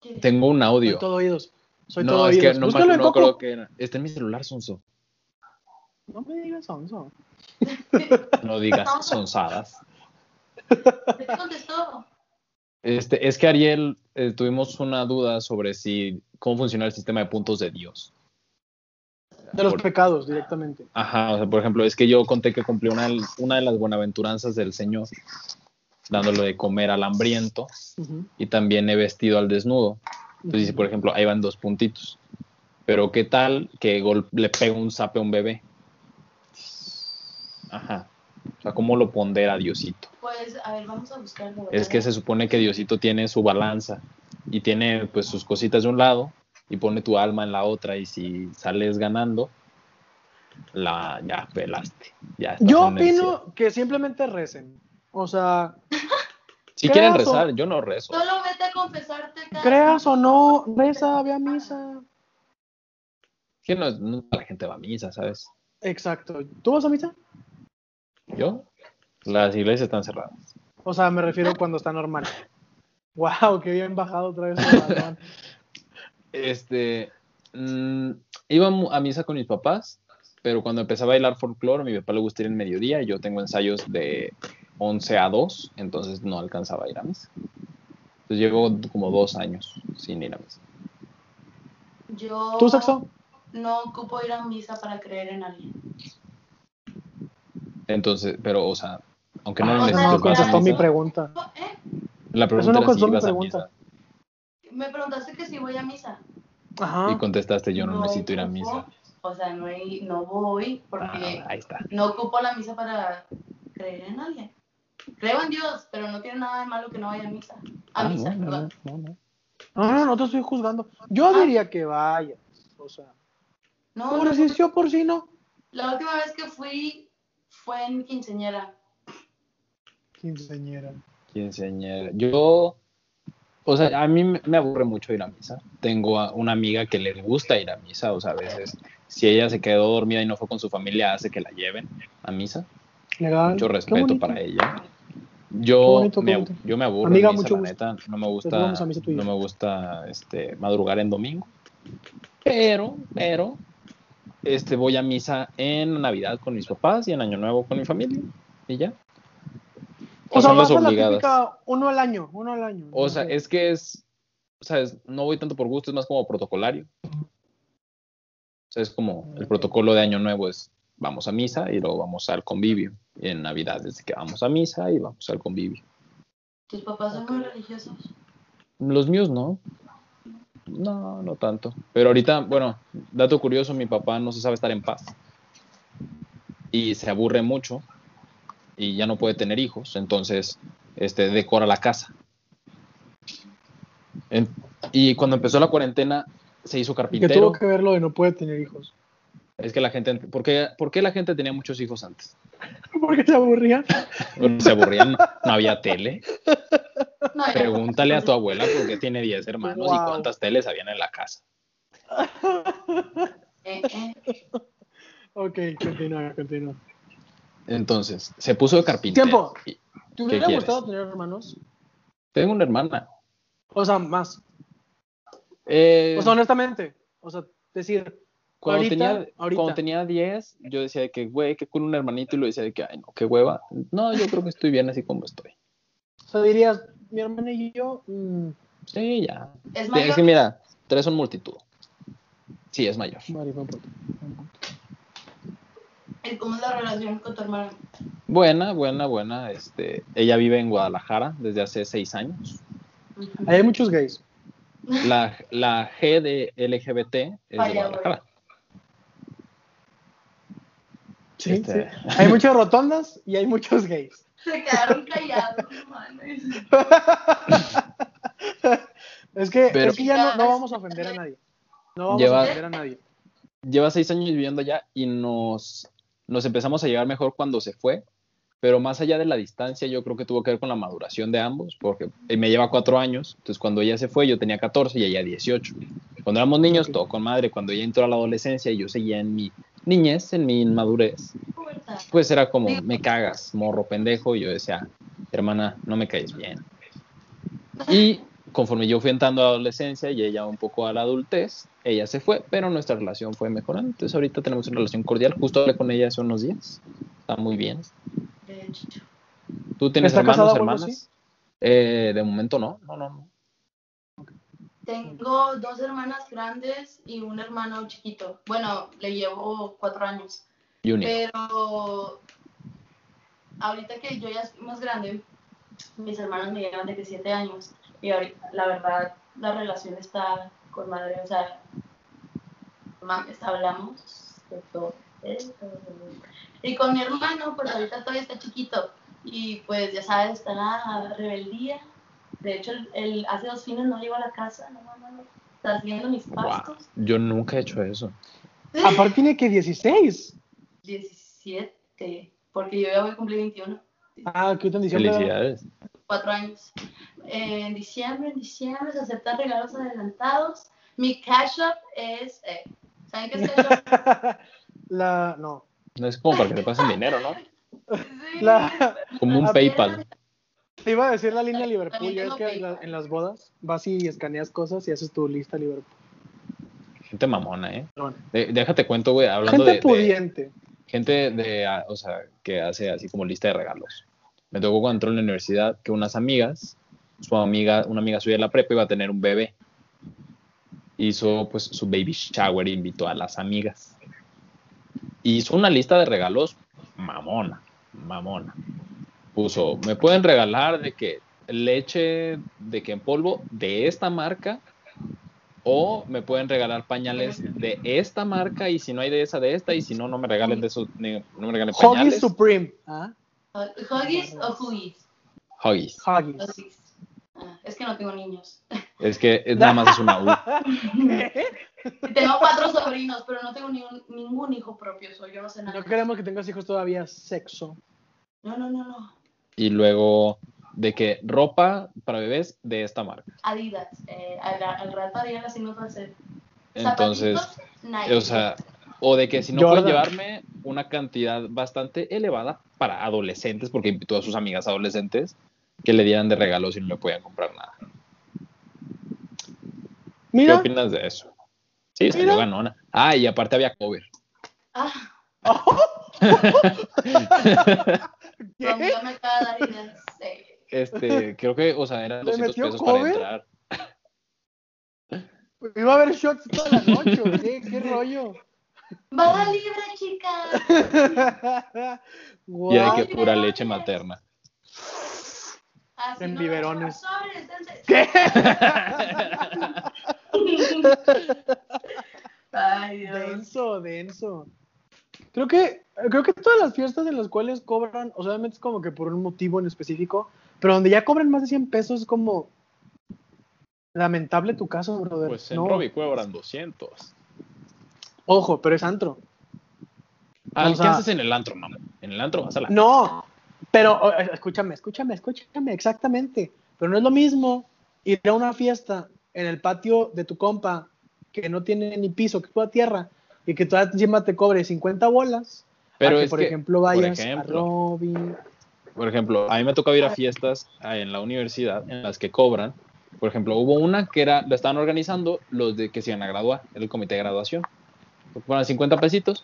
B: ¿Qué? [LAUGHS]
C: Tengo un
A: Soy
C: audio.
A: todo oídos. Soy
C: no,
A: todo
C: es que
A: oídos.
C: no, me-
A: Búscalo en
C: no
A: Coco.
C: creo que era. Está en mi celular, Sonso.
A: No me digas sonso.
C: No digas sonsadas.
B: ¿Qué te contestó?
C: Este, es que Ariel, eh, tuvimos una duda sobre si cómo funciona el sistema de puntos de Dios.
A: De los
C: Por-
A: pecados directamente.
C: Ajá, o sea, por ejemplo, es que yo conté que cumplí una, una de las buenaventuranzas del Señor, dándole de comer al hambriento
B: Pues
A: Ujú.
C: y también he vestido al desnudo. Entonces dice, Pues por ejemplo, ahí van dos puntitos. Pero ¿qué tal que gol- le pega un zape a un bebé? Ajá. O sea, ¿cómo lo pondera Diosito?
B: Pues, a ver, vamos a buscarlo.
C: Es que se supone que Diosito tiene su balanza y tiene pues sus cositas de un lado y pone tu alma en la otra y si sales ganando, la ya pelaste. Ya estás
A: Yo
C: en el cielo.
A: opino que simplemente recen. O sea,
C: Si quieren
A: creo-
C: rezar, yo no rezo.
B: Solo vete a confesarte. cada-
A: creas o no, reza, ve a misa.
C: Que no, no la gente va a misa, ¿sabes?
A: Exacto. ¿Tú vas a misa?
C: Yo, las iglesias están cerradas.
A: O sea, me refiero cuando está normal. Wow, qué bien bajado otra vez. el balón.
C: Este, mm, iba mu- a misa con mis papás, pero cuando empecé a bailar folclore, a mi papá le gusta ir en mediodía y yo tengo ensayos de 11 a 2, entonces no alcanzaba a ir a misa. Entonces llevo como dos años sin ir a misa.
B: Yo
A: ¿Tú, Saxo?
B: no ocupo ir a misa para creer en alguien.
C: Entonces, pero, o sea, aunque no
A: Ah,
C: lo
B: o sea,
A: no
C: necesito, vas a
A: contestó
B: claro.
A: mi
C: misa.
A: pregunta.
B: ¿Eh?
C: La pregunta
A: no
C: era si
A: contestó mi
C: ibas a
A: pregunta.
C: misa
B: Me preguntaste que si voy a misa.
A: Ajá.
C: y contestaste yo no,
B: No,
C: necesito ir a
B: no.
C: misa.
B: O sea, no, he- no voy
C: Ah,
B: porque
C: ahí está.
B: no ocupo la misa para creer en alguien. Creo en Dios, pero no tiene nada de malo que no vaya a misa. A
C: Ah,
B: misa,
C: no, no,
B: perdón.
C: no, no, no.
A: No, no, no te estoy juzgando. Yo
B: Ah.
A: diría que vayas. O sea,
B: No,
A: por
B: no,
A: si sí o por si no.
B: La última vez que fui fue en quinceñera.
A: Quinceañera.
C: Quinceañera. Yo, o sea, a mí me me aburre mucho ir a misa. Tengo a una amiga que le gusta ir a misa, o sea, a veces si ella se quedó dormida y no fue con su familia, hace que la lleven a misa.
A: Legal.
C: Mucho
A: Qué
C: respeto
A: bonito.
C: para ella.
A: Qué
C: Yo,
A: bonito, qué
C: me,
A: bonito.
C: yo me aburro
A: Amiga,
C: en misa,
A: mucho
C: la
A: gusto.
C: neta. No me
A: Nos
C: gusta,
A: vamos a misa tú y
C: no
A: yo.
C: me gusta este, madrugar en domingo. Pero, pero, este, voy a misa en Navidad con mis papás y en Año Nuevo con mi familia. Y ya.
A: O sea,
C: son
A: vas
C: las
A: a la
C: obligadas.
A: típica uno al año, uno al año.
C: O sea,
A: No sé.
C: es que es, o sea, es- no voy tanto por gusto, es más como protocolario. O sea, es como el protocolo de Año Nuevo es vamos a misa y luego vamos al convivio. Y en Navidad es que vamos a misa y vamos al convivio.
B: ¿Tus papás son muy religiosos?
C: Los míos no. No, no tanto. Pero ahorita, bueno, dato curioso, mi papá no se sabe estar en paz. Y se aburre mucho y ya no puede tener hijos, entonces este decora la casa. En- y cuando empezó la cuarentena se hizo
A: Y que tuvo
C: carpintero.
A: que ver lo de no puede tener hijos. [LAUGHS]
C: Es que la gente, ¿por qué, por qué la gente tenía muchos hijos
A: [LAUGHS]
C: antes?
A: Porque se aburría.
C: Bueno, se aburrían, no había tele.
B: No, ya.
C: Pregúntale a tu abuela por qué tiene 10 hermanos y
A: Wow.
C: cuántas teles habían en la casa.
B: Eh, eh.
A: Ok, continúa, continúa.
C: Entonces, se puso de carpintero.
A: Tiempo.
C: Y-
A: ¿Te
C: hubiera
A: hubiera
C: quieres?
A: gustado
C: gustado
A: tener hermanos?
C: Tengo una hermana.
A: O sea, más.
C: Eh,
A: O sea, honestamente. O sea, decir,
C: Cuando,
A: Ahorita,
C: tenía,
A: ahorita.
C: cuando tenía 10, yo decía de que, güey, qué cool un hermanito, y lo decía de que, ay, no, qué hueva. No, yo creo que estoy bien así como estoy.
A: o sea, dirías, mi hermana y yo, mm,
C: Sí, ya. Sí,
B: Es
C: Es
B: mayor.
C: que mira, tres son multitud. Sí, es mayor.
A: maricón, puto.
B: ¿Y ¿Cómo es la relación con tu hermano?
C: Buena, buena, buena. Este, ella vive en Guadalajara desde hace seis años.
B: Ujú.
A: Ahí hay muchos gays.
C: La, la G de LGBT es de
B: Vaya,
C: Guadalajara.
A: Sí,
C: Este-
A: sí. Hay muchas rotondas y hay muchos gays.
B: Se quedaron callados, no mames.
A: Es que,
C: Pero-
A: es que ya no, no vamos a ofender a nadie. No vamos
C: Lleva-
A: a ofender a nadie.
C: Lleva seis años viviendo allá y nos, nos empezamos a llevar mejor cuando se fue, Pero más allá de la distancia, yo creo que tuvo que ver con la maduración de ambos, porque me lleva cuatro años, entonces cuando ella se fue yo tenía 14 y ella 18. Cuando éramos niños,
A: Ok.
C: todo con madre, cuando ella entró a la adolescencia y yo seguía en mi niñez, en mi inmadurez,
B: pubertad.
C: pues era como, me cagas, morro pendejo, y yo decía, hermana, no me caes bien. Y conforme yo fui entrando a la adolescencia y ella un poco a la adultez, ella se fue, pero nuestra relación fue mejorando. Entonces ahorita tenemos una relación cordial, justo hablé con ella hace unos días, está muy bien.
B: De hecho.
C: ¿Tú tienes
A: ¿Está casada
C: hermanos,
A: o algo
C: hermanas? Eh, de momento no, no, no, no.
B: Tengo dos hermanas grandes y un hermano chiquito. Bueno, le llevo cuatro años.
C: Y un hijo.
B: Pero ahorita que yo ya soy más grande, mis hermanos me llevan de que siete años. Y ahorita, la verdad, la relación está con madre. O sea, ma- hablamos de todo. eh, todo. Y con mi hermano, pues ahorita todavía está chiquito. Y pues ya sabes, está la rebeldía. De hecho, el, el- hace dos fines no iba a la casa, no, no, no, Está haciendo mis
C: Guau.
B: pastos.
C: Yo nunca he hecho eso.
A: Aparte tiene que 16.
B: 17, porque yo ya voy a cumplir 21.
A: Ah, qué tan diciembre.
C: Felicidades.
B: cuatro años. Eh, en diciembre, en diciembre se aceptan regalos adelantados. Mi cash up es. eh, ¿Saben qué es cash
A: [LAUGHS]
B: up?
A: La, no.
C: No es como para que te pasen dinero, ¿no?
B: Sí.
A: La, [LAUGHS]
C: Como un
A: Ah,
C: PayPal.
A: te iba a decir la línea Liverpool.
B: También
A: Ya es
B: tengo
A: que en, la- en las bodas vas y escaneas cosas y haces tu lista Liverpool.
C: Gente mamona, ¿eh?
A: Pero bueno.
C: De- déjate cuento, güey, hablando
A: Gente
C: de- de,
A: pudiente.
C: gente de, ah, o sea, que hace así como lista de regalos. Me tocó cuando entré en la universidad que unas amigas, su amiga, una amiga suya de la prepa iba a tener un bebé. Hizo pues su baby shower e invitó a las amigas. Hizo una lista de regalos mamona, mamona. Puso, me pueden regalar de que leche de que en polvo de esta marca o me pueden regalar pañales de esta marca y si no hay de esa, de esta y si no, no me regalen de esos, ni- no me regalen
A: Huggies
C: pañales.
A: Supreme. ¿Ah?
B: ¿Huggies o Huggies?
C: Huggies.
A: Huggies.
B: [LAUGHS] Huggies. Ah, es que no tengo niños. [LAUGHS]
C: Es que es- nada más es una U.
B: tengo cuatro sobrinos, pero no tengo ni un- ningún hijo propio. Soy yo no sé
A: No
B: nada.
A: queremos que tengas hijos todavía. Sexo.
B: No, no, no, no.
C: Y luego de que ropa para bebés de esta marca.
B: Adidas. Eh, al, al rato haría las signos francés.
C: Entonces,
B: Zapatitos, Nike.
C: o sea, o de que si no
A: Jordan.
C: pueden llevarme una cantidad bastante elevada para adolescentes, porque invitó a sus amigas adolescentes que le dieran de regalo si no le podían comprar nada. ¿Qué
A: Mira.
C: opinas de eso? Sí,
A: Mira.
C: salió ganona. Ah, y aparte había cover.
A: [LAUGHS]
B: Ah.
A: ¿Qué?
B: Conmigo me acaba de dar ideas. eh,
A: [LAUGHS]
C: Este, creo que, o sea, eran
A: ¿Le
C: 200
A: metió
C: pesos para
A: cover?
C: entrar.
A: Iba Pues, a haber shots toda la noche. ¿o ¿Qué,
C: [LAUGHS]
A: ¿Qué rollo?
B: Bala libre, chicas.
A: Guau.
C: Y hay que
B: Ay,
C: pura
B: no
C: leche
B: mames.
C: materna.
A: [LAUGHS]
B: Así
A: En
B: no
A: biberones.
B: me sobres, entonces-
A: ¿Qué?
B: Ay, Dios.
A: Denso, denso. Creo que, creo que todas las fiestas en las cuales cobran, o sea, obviamente es como que por un motivo en específico, pero donde ya cobran más de 100 pesos es como lamentable tu caso, brother.
C: Pues en
A: No.
C: Robbie cobran 200.
A: Ojo, pero es antro.
C: Ah,
A: O sea-
C: ¿Qué haces en el antro, mamá? En el antro vas a la...
A: No, pero o- o- escúchame, escúchame, escúchame, exactamente. Pero no es lo mismo ir a una fiesta en el patio de tu compa que no tiene ni piso, que es toda tierra, y que toda encima te cobre 50 bolas.
C: Pero
A: a que,
C: es
A: por
C: que,
A: ejemplo, vayas
C: ejemplo.
A: a Robin.
C: por ejemplo, a mí me tocaba ir a fiestas ah, en la universidad en las que cobran. Por ejemplo, hubo una que era, la estaban organizando los de que se iban a graduar, el comité de graduación. Ponían 50 pesitos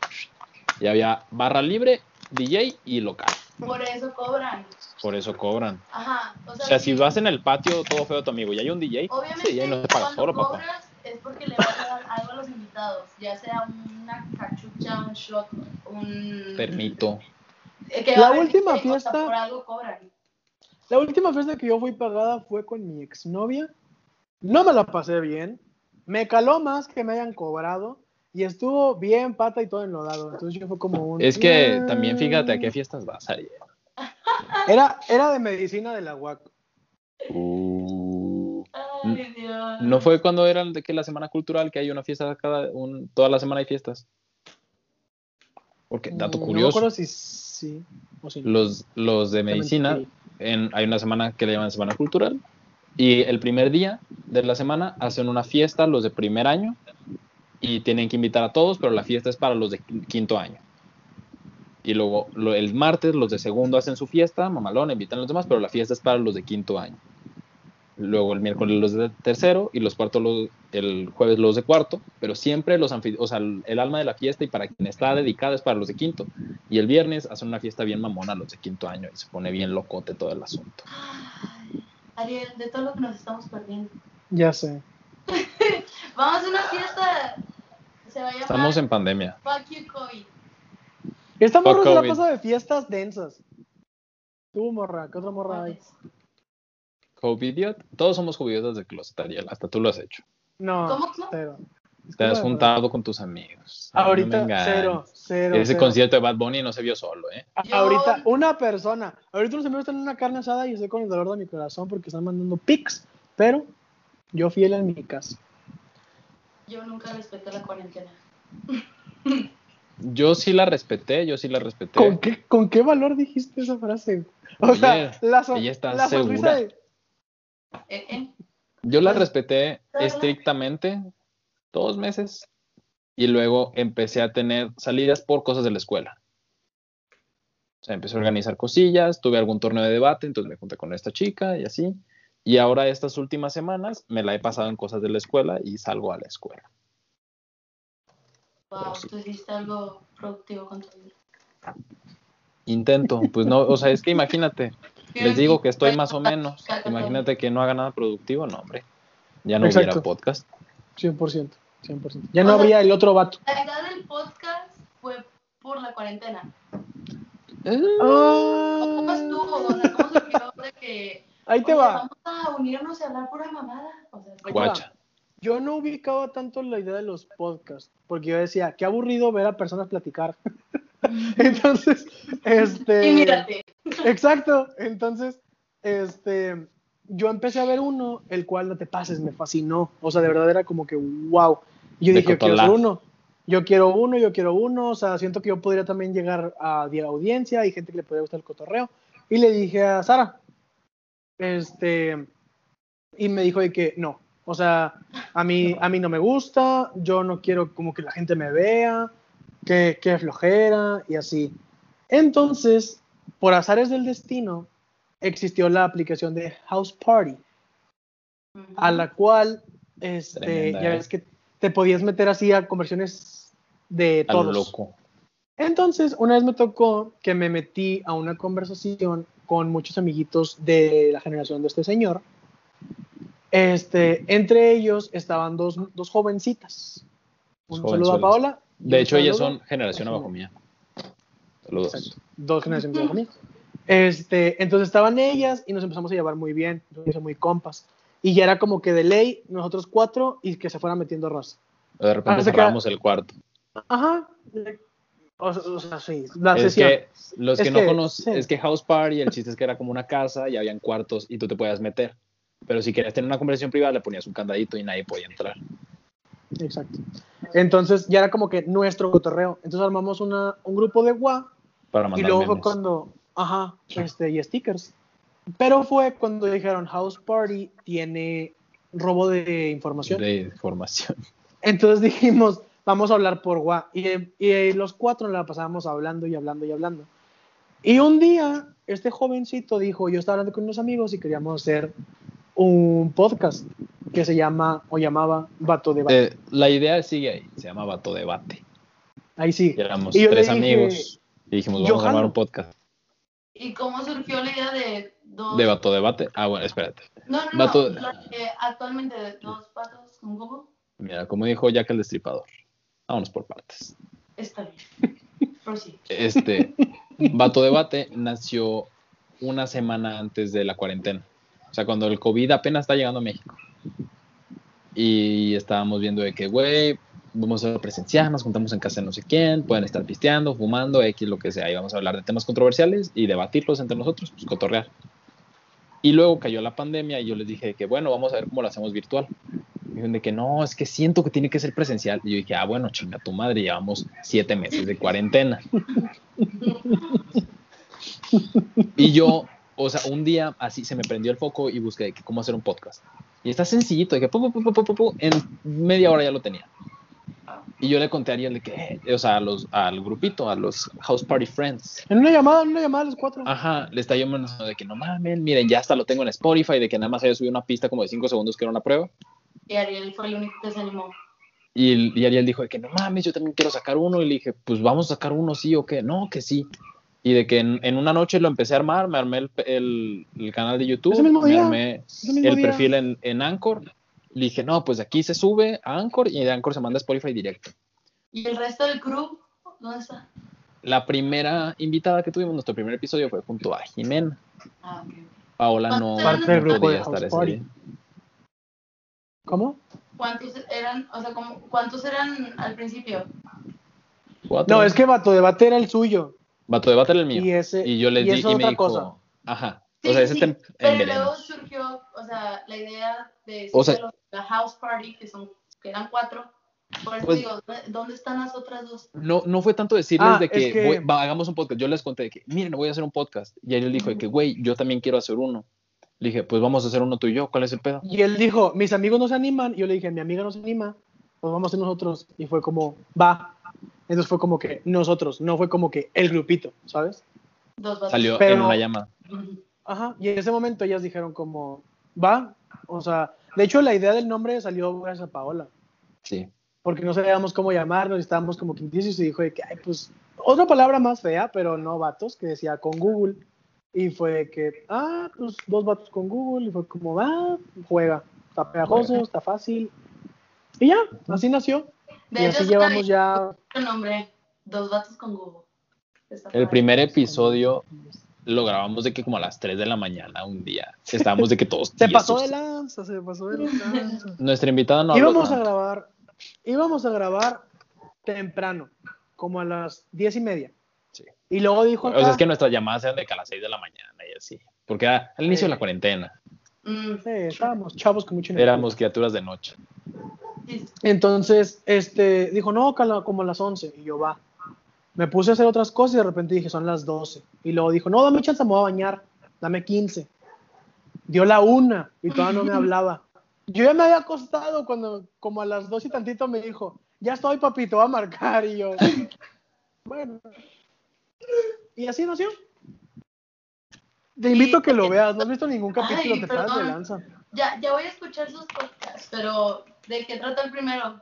C: y había barra libre, DJ y local.
B: Por eso cobran.
C: Por eso cobran.
B: Ajá. O
C: O
B: sea,
C: sea, si
B: sí,
C: vas en el patio todo feo tu amigo y hay un DJ,
B: Obviamente,
C: ese DJ no te paga
B: cuando
C: solo, papá.
B: cobras es porque le vas a dar algo a los invitados, ya sea una cachucha, un shot, un...
C: Permito.
B: Eh, que
A: La
B: va a haber
A: última
B: disco, o sea,
A: fiesta-
B: por algo cobran.
A: La última fiesta que yo fui pagada fue con mi exnovia. No me la pasé bien. Me caló más que me hayan cobrado. Y estuvo bien pata y todo enlodado. Entonces yo fue como un. "Mm".
C: Es que también fíjate a
A: que
C: qué fiestas vas a ir.
A: Era, era de medicina de la UAC.
B: Ay, Dios.
C: Mm, ¿No fue cuando era de que la semana cultural que hay una fiesta cada un, toda la semana hay fiestas? Porque dato
A: Mm, No me
C: curioso,
A: acuerdo si sí o si no.
C: Los, los de medicina, en- hay una semana que le llaman Semana Cultural, y el primer día de la semana hacen una fiesta los de primer año y tienen que invitar a todos, pero la fiesta es para los de qu- quinto año. Y luego lo- el martes los de segundo hacen su fiesta, mamalón, invitan a los demás, pero la fiesta es para los de quinto año. Luego el miércoles los de tercero y los cuartos los- el jueves los de cuarto, pero siempre los anfi- o sea, el el alma de la fiesta y para quien está dedicada es para los de quinto. Y el viernes hacen una fiesta bien mamona a los de quinto año y se pone bien locote todo el asunto.
B: Ay, Ariel, de todo lo que nos estamos perdiendo.
A: Ya sé.
B: Vamos a hacer una fiesta. Se va a llamar
C: Estamos en pandemia.
B: Fuck You COVID.
A: Esta
C: Fuck
A: morra se la
C: COVID.
A: pasa de fiestas densas. Tú, morra, ¿qué otra morra hay?
C: Covidiot. Todos somos covidiotas de closet, Ariel. Hasta tú lo has hecho.
A: No,
B: ¿Cómo que no?
A: cero.
C: Te has
A: Discúlpame,
C: juntado con tus amigos.
A: pero-
C: Ay, no me
A: Ahorita,
C: engañes.
A: cero, cero.
C: Ese
A: cero.
C: concierto de Bad Bunny no se vio solo, ¿eh?
A: A-
B: Yo-
A: Ahorita, una persona. Ahorita unos amigos están en una carne asada y estoy con el dolor de mi corazón porque están mandando pics. Pero yo fiel en mi casa.
B: Yo nunca respeté la cuarentena.
C: Yo sí la respeté, yo sí la respeté.
A: ¿Con qué, ¿Con qué valor dijiste esa frase? O
C: Oye,
A: sea, la, so-
C: ella está
A: la
C: segura.
A: sonrisa de.
B: Eh, eh,
C: Yo la respeté
B: Ajá.
C: estrictamente dos meses y luego empecé a tener salidas por cosas de la escuela. O sea, empecé a organizar cosillas, tuve algún torneo de debate, entonces me junté con esta chica y así. Y ahora estas últimas semanas me la he pasado en cosas de la escuela y salgo a la escuela.
B: wow, tú hiciste algo productivo con tu vida.
C: Intento, pues no, o sea, es que imagínate, les digo que estoy más o
B: [LAUGHS]
C: menos,
B: pues,
C: imagínate que no haga nada productivo, no, hombre, ya no hubiera
A: Exacto.
C: podcast.
A: 100%. 100%. Ya no habría el otro vato.
B: La idea del podcast fue por la cuarentena. ¿Cómo estuvo? O sea, ¿cómo surgió de que
A: Ahí te
B: oye,
A: va. Pues,
B: vamos a unirnos y hablar pura mamada? O sea,
A: Ahí te va.
C: Guacha.
A: Yo no ubicaba tanto la idea de los podcasts, porque yo decía, qué aburrido ver a personas platicar. [LAUGHS] Entonces, este...
B: y mírate.
A: [LAUGHS] Exacto. Entonces, este, yo empecé a ver uno, el cual no te pases, me fascinó. O sea, de verdad era como que wow. Y yo
C: De
A: dije, yo quiero
C: Cotolá.
A: hacer uno. Yo quiero uno, yo quiero uno. O sea, siento que yo podría también llegar a die- audiencia y gente que le podría gustar el cotorreo. Y le dije a Sara, este, y me dijo de que no. O sea, a mí, a mí no me gusta, yo no quiero como que la gente me vea, que, que flojera y así. Entonces, por azares del destino, existió la aplicación de House Party, a la cual este,
C: Tremenda,
A: ya
C: ¿eh?
A: ves que te podías meter así a conversiones de
C: A lo
A: todos.
C: loco.
A: Entonces, una vez me tocó que me metí a una conversación con muchos amiguitos de la generación de este señor. Este, entre ellos estaban dos, dos jovencitas. Un saludo a
C: Jovenzuelas.
A: Paola. y
C: De
A: un
C: hecho, ellas
A: saludo-
C: son generación abajo mía. Saludos.
A: Exacto. Dos generaciones de conmigo. [LAUGHS] Este, entonces estaban ellas y nos empezamos a llevar muy bien, nos hicimos muy compas. Y ya era como que de ley, nosotros cuatro y que se fuera metiendo raza.
C: De repente
A: Ah, se
C: cerramos el cuarto.
A: Ajá. O, o sea, Ah, sí, la
C: es
A: sesión.
C: que los
A: Es
C: que no
A: que,
C: conocen,
A: sí.
C: es que House Party, el chiste es que era como una casa y habían cuartos y tú te podías meter. Pero si querías tener una conversación privada, le ponías un candadito y nadie podía entrar.
A: Exacto. Entonces ya era como que nuestro cotorreo. Entonces armamos una, un grupo de guá
C: Para
A: y
C: mandar
A: luego fue
C: memes.
A: cuando, ajá, este, y stickers. Pero fue cuando dijeron House Party tiene robo de información.
C: de formación.
A: Entonces [LAUGHS] dijimos, vamos a hablar por WA. Y, y eh, los cuatro la pasábamos hablando y hablando y hablando. Y un día, este jovencito dijo, yo estaba hablando con unos amigos y queríamos hacer un podcast que se llama, o llamaba, Vato de Vato.
C: Eh, la idea sigue ahí, se llama Vato Debate.
A: Ahí sí.
C: Y éramos
A: Y yo le
C: tres
A: dije,
C: amigos y dijimos, vamos
A: "Yo
C: a armar
A: jalo".
C: un podcast
B: ¿Y cómo surgió la idea de dos?
C: de Vato Debate. Ah, bueno, espérate.
B: No, no, no.
C: Vato-
B: la que actualmente dos patos con Google
C: Mira, como dijo Jack el Destripador, vámonos por partes.
B: está bien.
C: [LAUGHS]
B: Prosigue.
C: este Vato Debate nació una semana antes de la cuarentena. O sea, cuando el COVID apenas está llegando a México. Y estábamos viendo de que, güey, vamos a presenciar, nos juntamos en casa de no sé quién, pueden estar pisteando, fumando, X, lo que sea. Y vamos a hablar de temas controversiales y debatirlos entre nosotros, pues cotorrear. Y luego cayó la pandemia y yo les dije que, bueno, vamos a ver cómo lo hacemos virtual. Y dijeron de que no, es que siento que tiene que ser presencial. Y yo dije, ah, bueno, chinga tu madre, llevamos siete meses de cuarentena. Y yo, o sea, un día así se me prendió el foco y busqué que cómo hacer un podcast. Y está sencillito, de que pu, pu, pu, en media hora ya lo tenía. Y yo le conté a Ariel de que, eh, o sea, a los, al grupito, a los House Party Friends.
A: En una llamada, en una llamada a los cuatro.
C: Ajá, le está llamando de que no mames, miren, ya hasta lo tengo en Spotify, de que nada más había subido una pista como de 5 segundos que era una prueba.
B: Y Ariel fue el único que se animó.
C: Y, y Ariel dijo de que no mames, yo también quiero sacar uno. Y le dije, pues vamos a sacar uno, sí o qué. No, que sí. Y de que en, en una noche lo empecé a armar, me armé el, el, el canal de YouTube,
A: Ese mismo
C: me
A: día,
C: armé
A: ese mismo
C: el
A: día.
C: perfil en, en Anchor. Le dije, no, pues de aquí se sube a Anchor y de Anchor se manda a Spotify directo.
B: ¿Y el resto del crew? ¿Dónde está?
C: La primera invitada que tuvimos, nuestro primer episodio fue junto a Jimena.
B: Ah, ok.
C: Paola no,
B: Parte
A: del
C: no
A: grupo
C: podía
A: de
C: estar
A: House
C: ese
A: Party.
C: día.
A: ¿Cómo?
B: ¿Cuántos eran, o sea, como, cuántos eran al principio?
C: Cuatro.
A: No, es que Vato Debate era el suyo.
C: Vato de Battle el mío.
A: Y
C: Y,
A: ese-
C: yo les
A: y
C: di
A: eso
C: y
A: otra
C: me dijo,
A: cosa.
C: ajá.
B: Sí,
C: o sea, ese
B: sí,
C: está en, en
B: pero
C: veremos.
B: luego surgió, o sea, la idea de
C: O sea-
B: de los- la house party, que son, que eran cuatro. Por eso
C: Pues-
B: digo, ¿dó- ¿dónde están las otras dos?
C: No, no fue tanto decirles
A: Ah,
C: de que,
A: es que-
C: voy- va, hagamos un podcast. Yo les conté de que, miren, voy a hacer un podcast. Y él dijo de que, güey, yo también quiero hacer uno. Le dije, pues vamos a hacer uno tú y yo. ¿Cuál es el pedo?
A: Y él dijo, mis amigos no se animan. Y yo le dije, mi amiga no se anima, pues vamos a hacer nosotros. Y fue como, va. Entonces fue como que nosotros, no fue como que el grupito, ¿sabes?
B: Dos vatos.
C: Salió en
A: Pero-
C: una llamada.
B: Ujú.
A: Ajá. Y en ese momento ellas dijeron como, va. O sea, de hecho la idea del nombre salió gracias a Paola.
C: Sí.
A: Porque no sabíamos cómo llamarnos, y estábamos como que indecisos y dijo de que, ay, pues, otra palabra más fea, pero no vatos, que decía con Google. Y fue de que, ah, pues dos vatos con Google. Y fue como, va, juega. Está pegajoso,
C: Juega.
A: está fácil. Y ya, así nació.
B: De
A: y
B: hecho,
A: así
B: es
A: llevamos ya.
B: el nombre, dos vatos con Google. Está
C: El
B: padre.
C: primer episodio lo grabamos de que como a las 3 de la mañana un día. Estábamos de que todos...
A: [LAUGHS] Se pasó de
C: tiesos.
A: lanza, se pasó de lanza.
C: Nuestra invitada no habló
A: íbamos a
C: tanto.
A: grabar, íbamos a grabar temprano, como a las diez y media.
C: Sí.
A: Y luego dijo,
C: O sea,
A: acá,
C: es que nuestras llamadas eran de que a las 6 de la mañana y así. Porque era al inicio de la cuarentena.
B: Mm,
A: sí, "Eh, estábamos chavos con mucho energía.
C: Éramos criaturas de noche.
B: sí, sí.
A: Entonces, este, dijo, no, cala- como a las 11. Y yo, va. Me puse a hacer otras cosas y de repente dije, son las 12. Y luego dijo, no, dame chance, me voy a bañar. Dame 15. Dio la una y todavía no
B: [LAUGHS]
A: me hablaba. Yo ya me había acostado cuando, como a las 2 y tantito, me dijo, ya estoy, papito, va a marcar. Y yo, bueno. Y así nació. Te invito a que lo veas. No has visto ningún capítulo,
B: [LAUGHS] Ay,
A: te pasas de
B: perdón.
A: lanza.
B: Ya, ya voy a escuchar sus podcasts, pero ¿de qué trata el primero?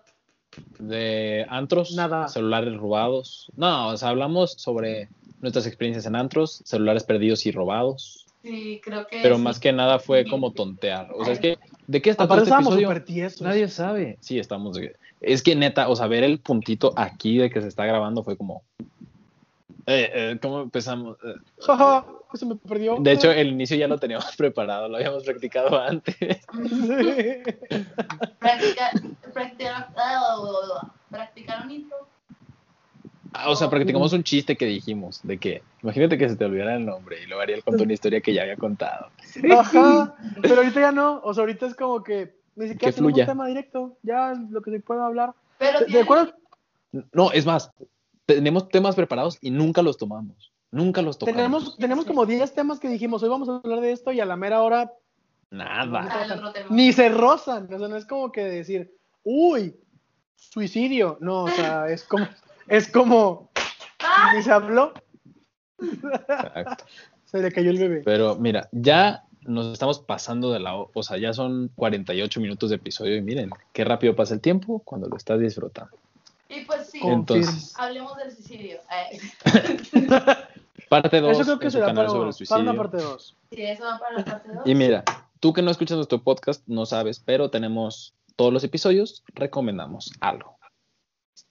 C: de antros,
A: Nada.
C: celulares robados. No, o sea, hablamos sobre nuestras experiencias en antros, celulares perdidos y robados,
B: Sí, creo que.
C: pero
B: sí.
C: más que nada fue como tontear. O sea, es que ¿de qué está todo
A: Aparte
C: este
A: estábamos
C: episodio?
A: súper tiesos.
C: Nadie sabe. Sí, estamos es que neta, o sea, ver el puntito aquí de que se está grabando fue como eh, eh, ¿Cómo empezamos? Eh,
A: [LAUGHS] Jaja, se me perdió.
C: De hecho, el inicio ya lo teníamos [LAUGHS] preparado, lo habíamos practicado antes.
B: Mm,
A: Sí.
B: practica- practicar, practicar un intro.
C: Ah, o sea, practicamos un chiste que dijimos, de que, imagínate que se te olvidara el nombre y luego Ariel contó
A: [LAUGHS]
C: una historia que ya había contado.
B: [LAUGHS]
A: Ajá, pero ahorita ya no. O sea, ahorita es como que ni siquiera
C: Que
A: tenemos
C: fluya.
A: tema directo. Ya es lo que se puede hablar.
B: Pero
A: ¿Te, te
B: tiene-
A: acuerdas?
C: No, es más, tenemos temas preparados y nunca los tomamos. Nunca los tocamos.
A: Tenemos, tenemos como 10 temas que dijimos, hoy vamos a hablar de esto y a la mera hora
C: nada.
B: Ah, el otro tema.
A: ni se rozan. O sea, no es como que decir, uy, suicidio. No, o
B: [LAUGHS]
A: sea, es como, es como,
B: Ah,
A: ni se habló, se le cayó el bebé.
C: Pero mira, ya nos estamos pasando de la. o- O sea, ya son 48 minutos de episodio y miren, qué rápido pasa el tiempo cuando lo estás disfrutando.
B: y pues sí,
A: Confirmo.
C: Entonces,
B: hablemos del suicidio. Eh,
C: parte 2
A: Eso creo que será para, para una parte 2.
B: sí, eso va para la parte 2.
C: Y mira, tú que no escuchas nuestro podcast no sabes, pero tenemos todos los episodios, recomendamos algo.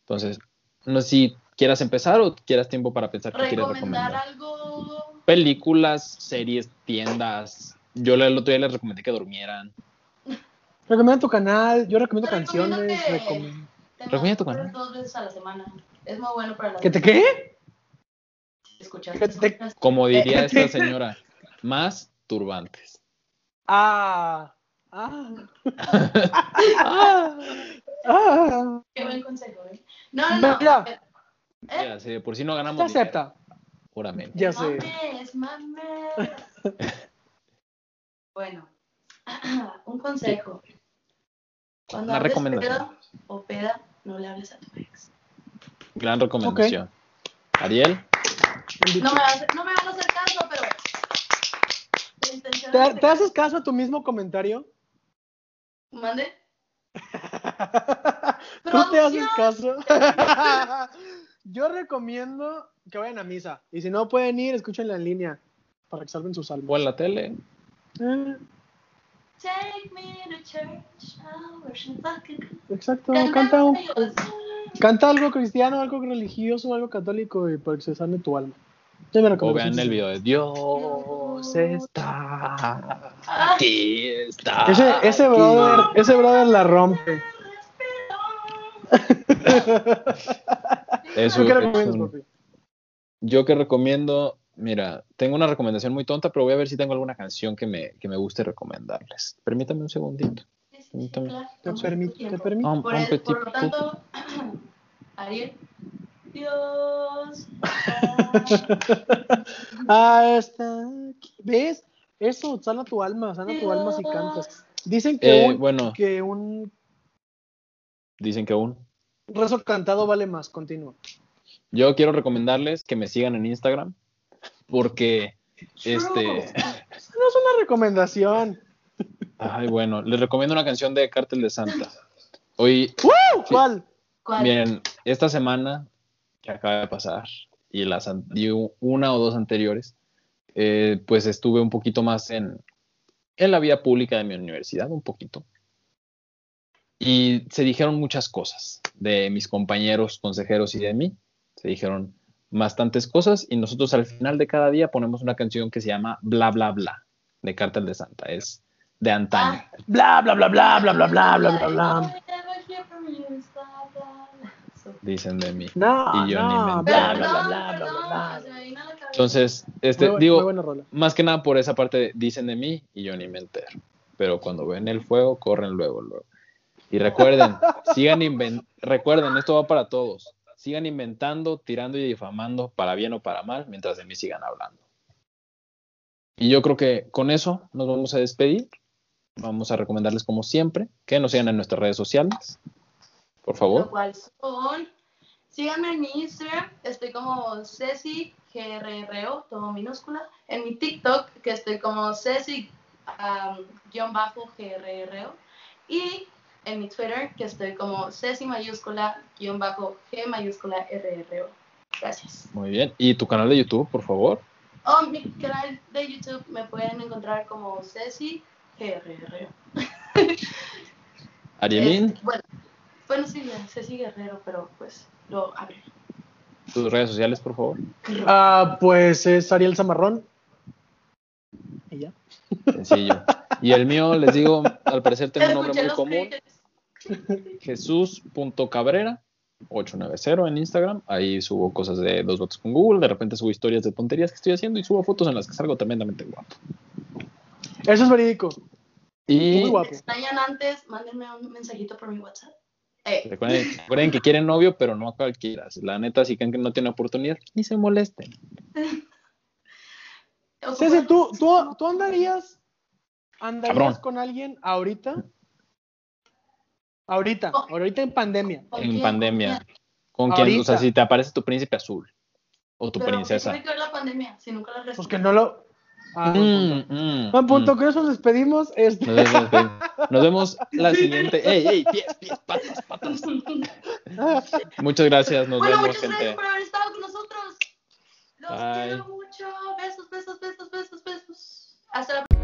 C: Entonces, no sé si quieras empezar o quieras tiempo para pensar qué quieres
B: Recomendar
C: recomendar.
B: algo.
C: películas, series, tiendas. Yo le- el otro día les recomendé que durmieran.
A: Recomiendo tu canal, yo recomiendo
B: Yo recomiendo
A: canciones.
B: que-
A: recomiendo-
B: Te
C: Recomienda tu
B: mando
C: canal.
B: Dos veces a la semana. Es muy bueno para la
A: ¿Que te qué?
B: escuchar.
A: que
B: [LAUGHS]
A: te-
B: escuchar.
C: Como
A: [LAUGHS]
C: diría esta señora, más turbantes.
A: Ah, ah, ah, ah.
B: Qué buen consejo, ¿eh? No, no, no.
A: Mira.
B: eh,
C: Mira, si de por si no ganamos.
A: Se acepta.
C: Júrame.
A: Ya sé.
B: Mames, mames. bueno, [CLEARS THROAT] un consejo. Cuando
C: Una
B: andes
C: recomendación.
B: pedo o peda, no le hables a tu ex.
C: Gran recomendación. Ariel,
B: No me, vas- no me van a hacer caso, pero. la intención
A: ¿Te,
B: es-
A: te haces caso a tu mismo comentario?
B: Mande.
A: [LAUGHS] ¿Tú te haces
B: Producción.
A: caso? [LAUGHS] Yo recomiendo que vayan a misa. Y si no pueden ir, escúchenla en línea para que salven sus almas.
C: o en la tele.
A: Eh,
B: Take me to church. I'll worship fucking God.
A: exacto. Canta,
B: Cantando
A: un-
B: ellos.
A: canta algo cristiano, algo religioso, algo católico y para que se sane tu alma. Yo me
C: O
A: recomiendo.
C: vean el video de Dios está aquí está.
A: Ese, ese
C: aquí".
A: brother, ese brother la rompe.
C: Es
B: Ah,
A: ¿Tú
C: un-
A: qué
C: es
A: recomiendas,
C: un-
A: papi?
C: Yo que recomiendo, mira, tengo una recomendación muy tonta, pero voy a ver si tengo alguna canción que me, que me guste recomendarles. Permítame un segundito.
A: Te permito, te permito.
C: Un-
B: Por,
C: un
B: el-
C: petit-
B: por lo tanto, [CLEARS THROAT]
A: [LAUGHS]
B: Ariel, Dios. ah,
A: Ah, está aquí. ¿Ves? Eso, sana tu alma, sana tu alma si cantas.
B: Dios.
A: Dicen que,
C: Eh,
A: un,
C: bueno,
A: que un
C: dicen que aún.
A: rezo cantado vale más, continúo.
C: Yo quiero recomendarles que me sigan en Instagram porque este,
A: Esa No es una recomendación.
C: ay bueno, les recomiendo una canción de Cártel de Santa. Hoy,
A: ¿Cuál?
B: ¿Cuál?
C: miren, esta semana que acaba de pasar y las an- y u- una o dos anteriores, eh, pues estuve un poquito más en, en la vida pública de mi universidad, un poquito. Y se dijeron muchas cosas de mis compañeros, consejeros y de mí. Se dijeron bastantes cosas y nosotros al final de cada día ponemos una canción que se llama Bla, bla, bla, de Cártel de Santa. Es de antaño.
B: Ah.
A: Bla, bla, bla, bla, bla, bla, bla, bla, bla, bla.
C: dicen de mí.
A: No,
C: Y yo ni
A: no,
C: me
A: bla, bla,
C: entero.
A: bla, bla, bla, bla,
B: pues,
A: bla.
C: Entonces, este,
A: Muy bu-
C: digo,
A: muy buena rola.
C: más que nada por esa parte de, dicen de mí y yo ni me entero. Pero cuando ven el fuego, corren luego, luego. Y recuerden, sigan inven- recuerden, esto va para todos. Sigan inventando, tirando y difamando, para bien o para mal, mientras de mí sigan hablando. Y yo creo que con eso nos vamos a despedir. Vamos a recomendarles, como siempre, que nos sigan en nuestras redes sociales. Por
B: Lo
C: favor.
B: cual son. Síganme en mi Instagram, estoy como Ceci GRRO, todo minúscula. En mi TikTok, que estoy como Ceci um, guión bajo GRRO. Y en mi Twitter, que estoy como Ceci mayúscula guión bajo G mayúscula RRO. Gracias.
C: Muy bien. Y tu canal de YouTube, por favor.
B: Oh, mi canal de YouTube me pueden encontrar como Ceci GRRO.
C: Arielín,
B: Este, bueno, bueno, sí, ya, Ceci Guerrero, pero pues lo abrí.
C: tus redes sociales, por favor.
A: Ah, pues es Ariel Zamarrón. Y ya.
C: Sencillo. Y el mío, les digo, al parecer tengo un nombre
B: Escuché
C: muy
B: los
C: común,
B: créditos.
C: jesús.cabrera890 en Instagram. Ahí subo cosas de dos votos con Google, de repente subo historias de tonterías que estoy haciendo y subo fotos en las que salgo tremendamente guapo.
A: Eso es verídico.
C: Y
A: Muy guapo.
B: extrañan antes, mándenme un mensajito por mi WhatsApp. Eh,
C: recuerden, recuerden que quieren novio, pero no a cualquiera. La neta, si creen que no tienen oportunidad, ni se molesten.
B: ocupo-
A: Ceci, ¿tú, tú, tú andarías, andarías
C: Cabrón.
A: con alguien ahorita? Ahorita,
B: Oh.
A: ahorita en pandemia.
B: ¿con
C: En
B: quién?
C: pandemia. Con
A: Ahorita.
C: quien, o sea, si te aparece tu príncipe azul o tu
B: Pero, ¿qué
C: princesa.
B: tiene que ver la pandemia? Si nunca la
A: Pues
B: resolví.
A: que no lo. Ah, buen punto.
C: Mm, mm,
A: Buen punto,
C: mm.
A: con eso nos despedimos. Este,
C: Nos vemos, nos vemos la siguiente. ¡Ey, ey! Pies, pies, patas, patas.
B: [LAUGHS]
C: Muchas gracias, nos
B: bueno,
C: vemos,
B: muchas
C: gente.
B: gracias por haber estado con nosotros. Los
C: Bye.
B: quiero mucho. Besos, besos, besos, besos, besos. Hasta la próxima.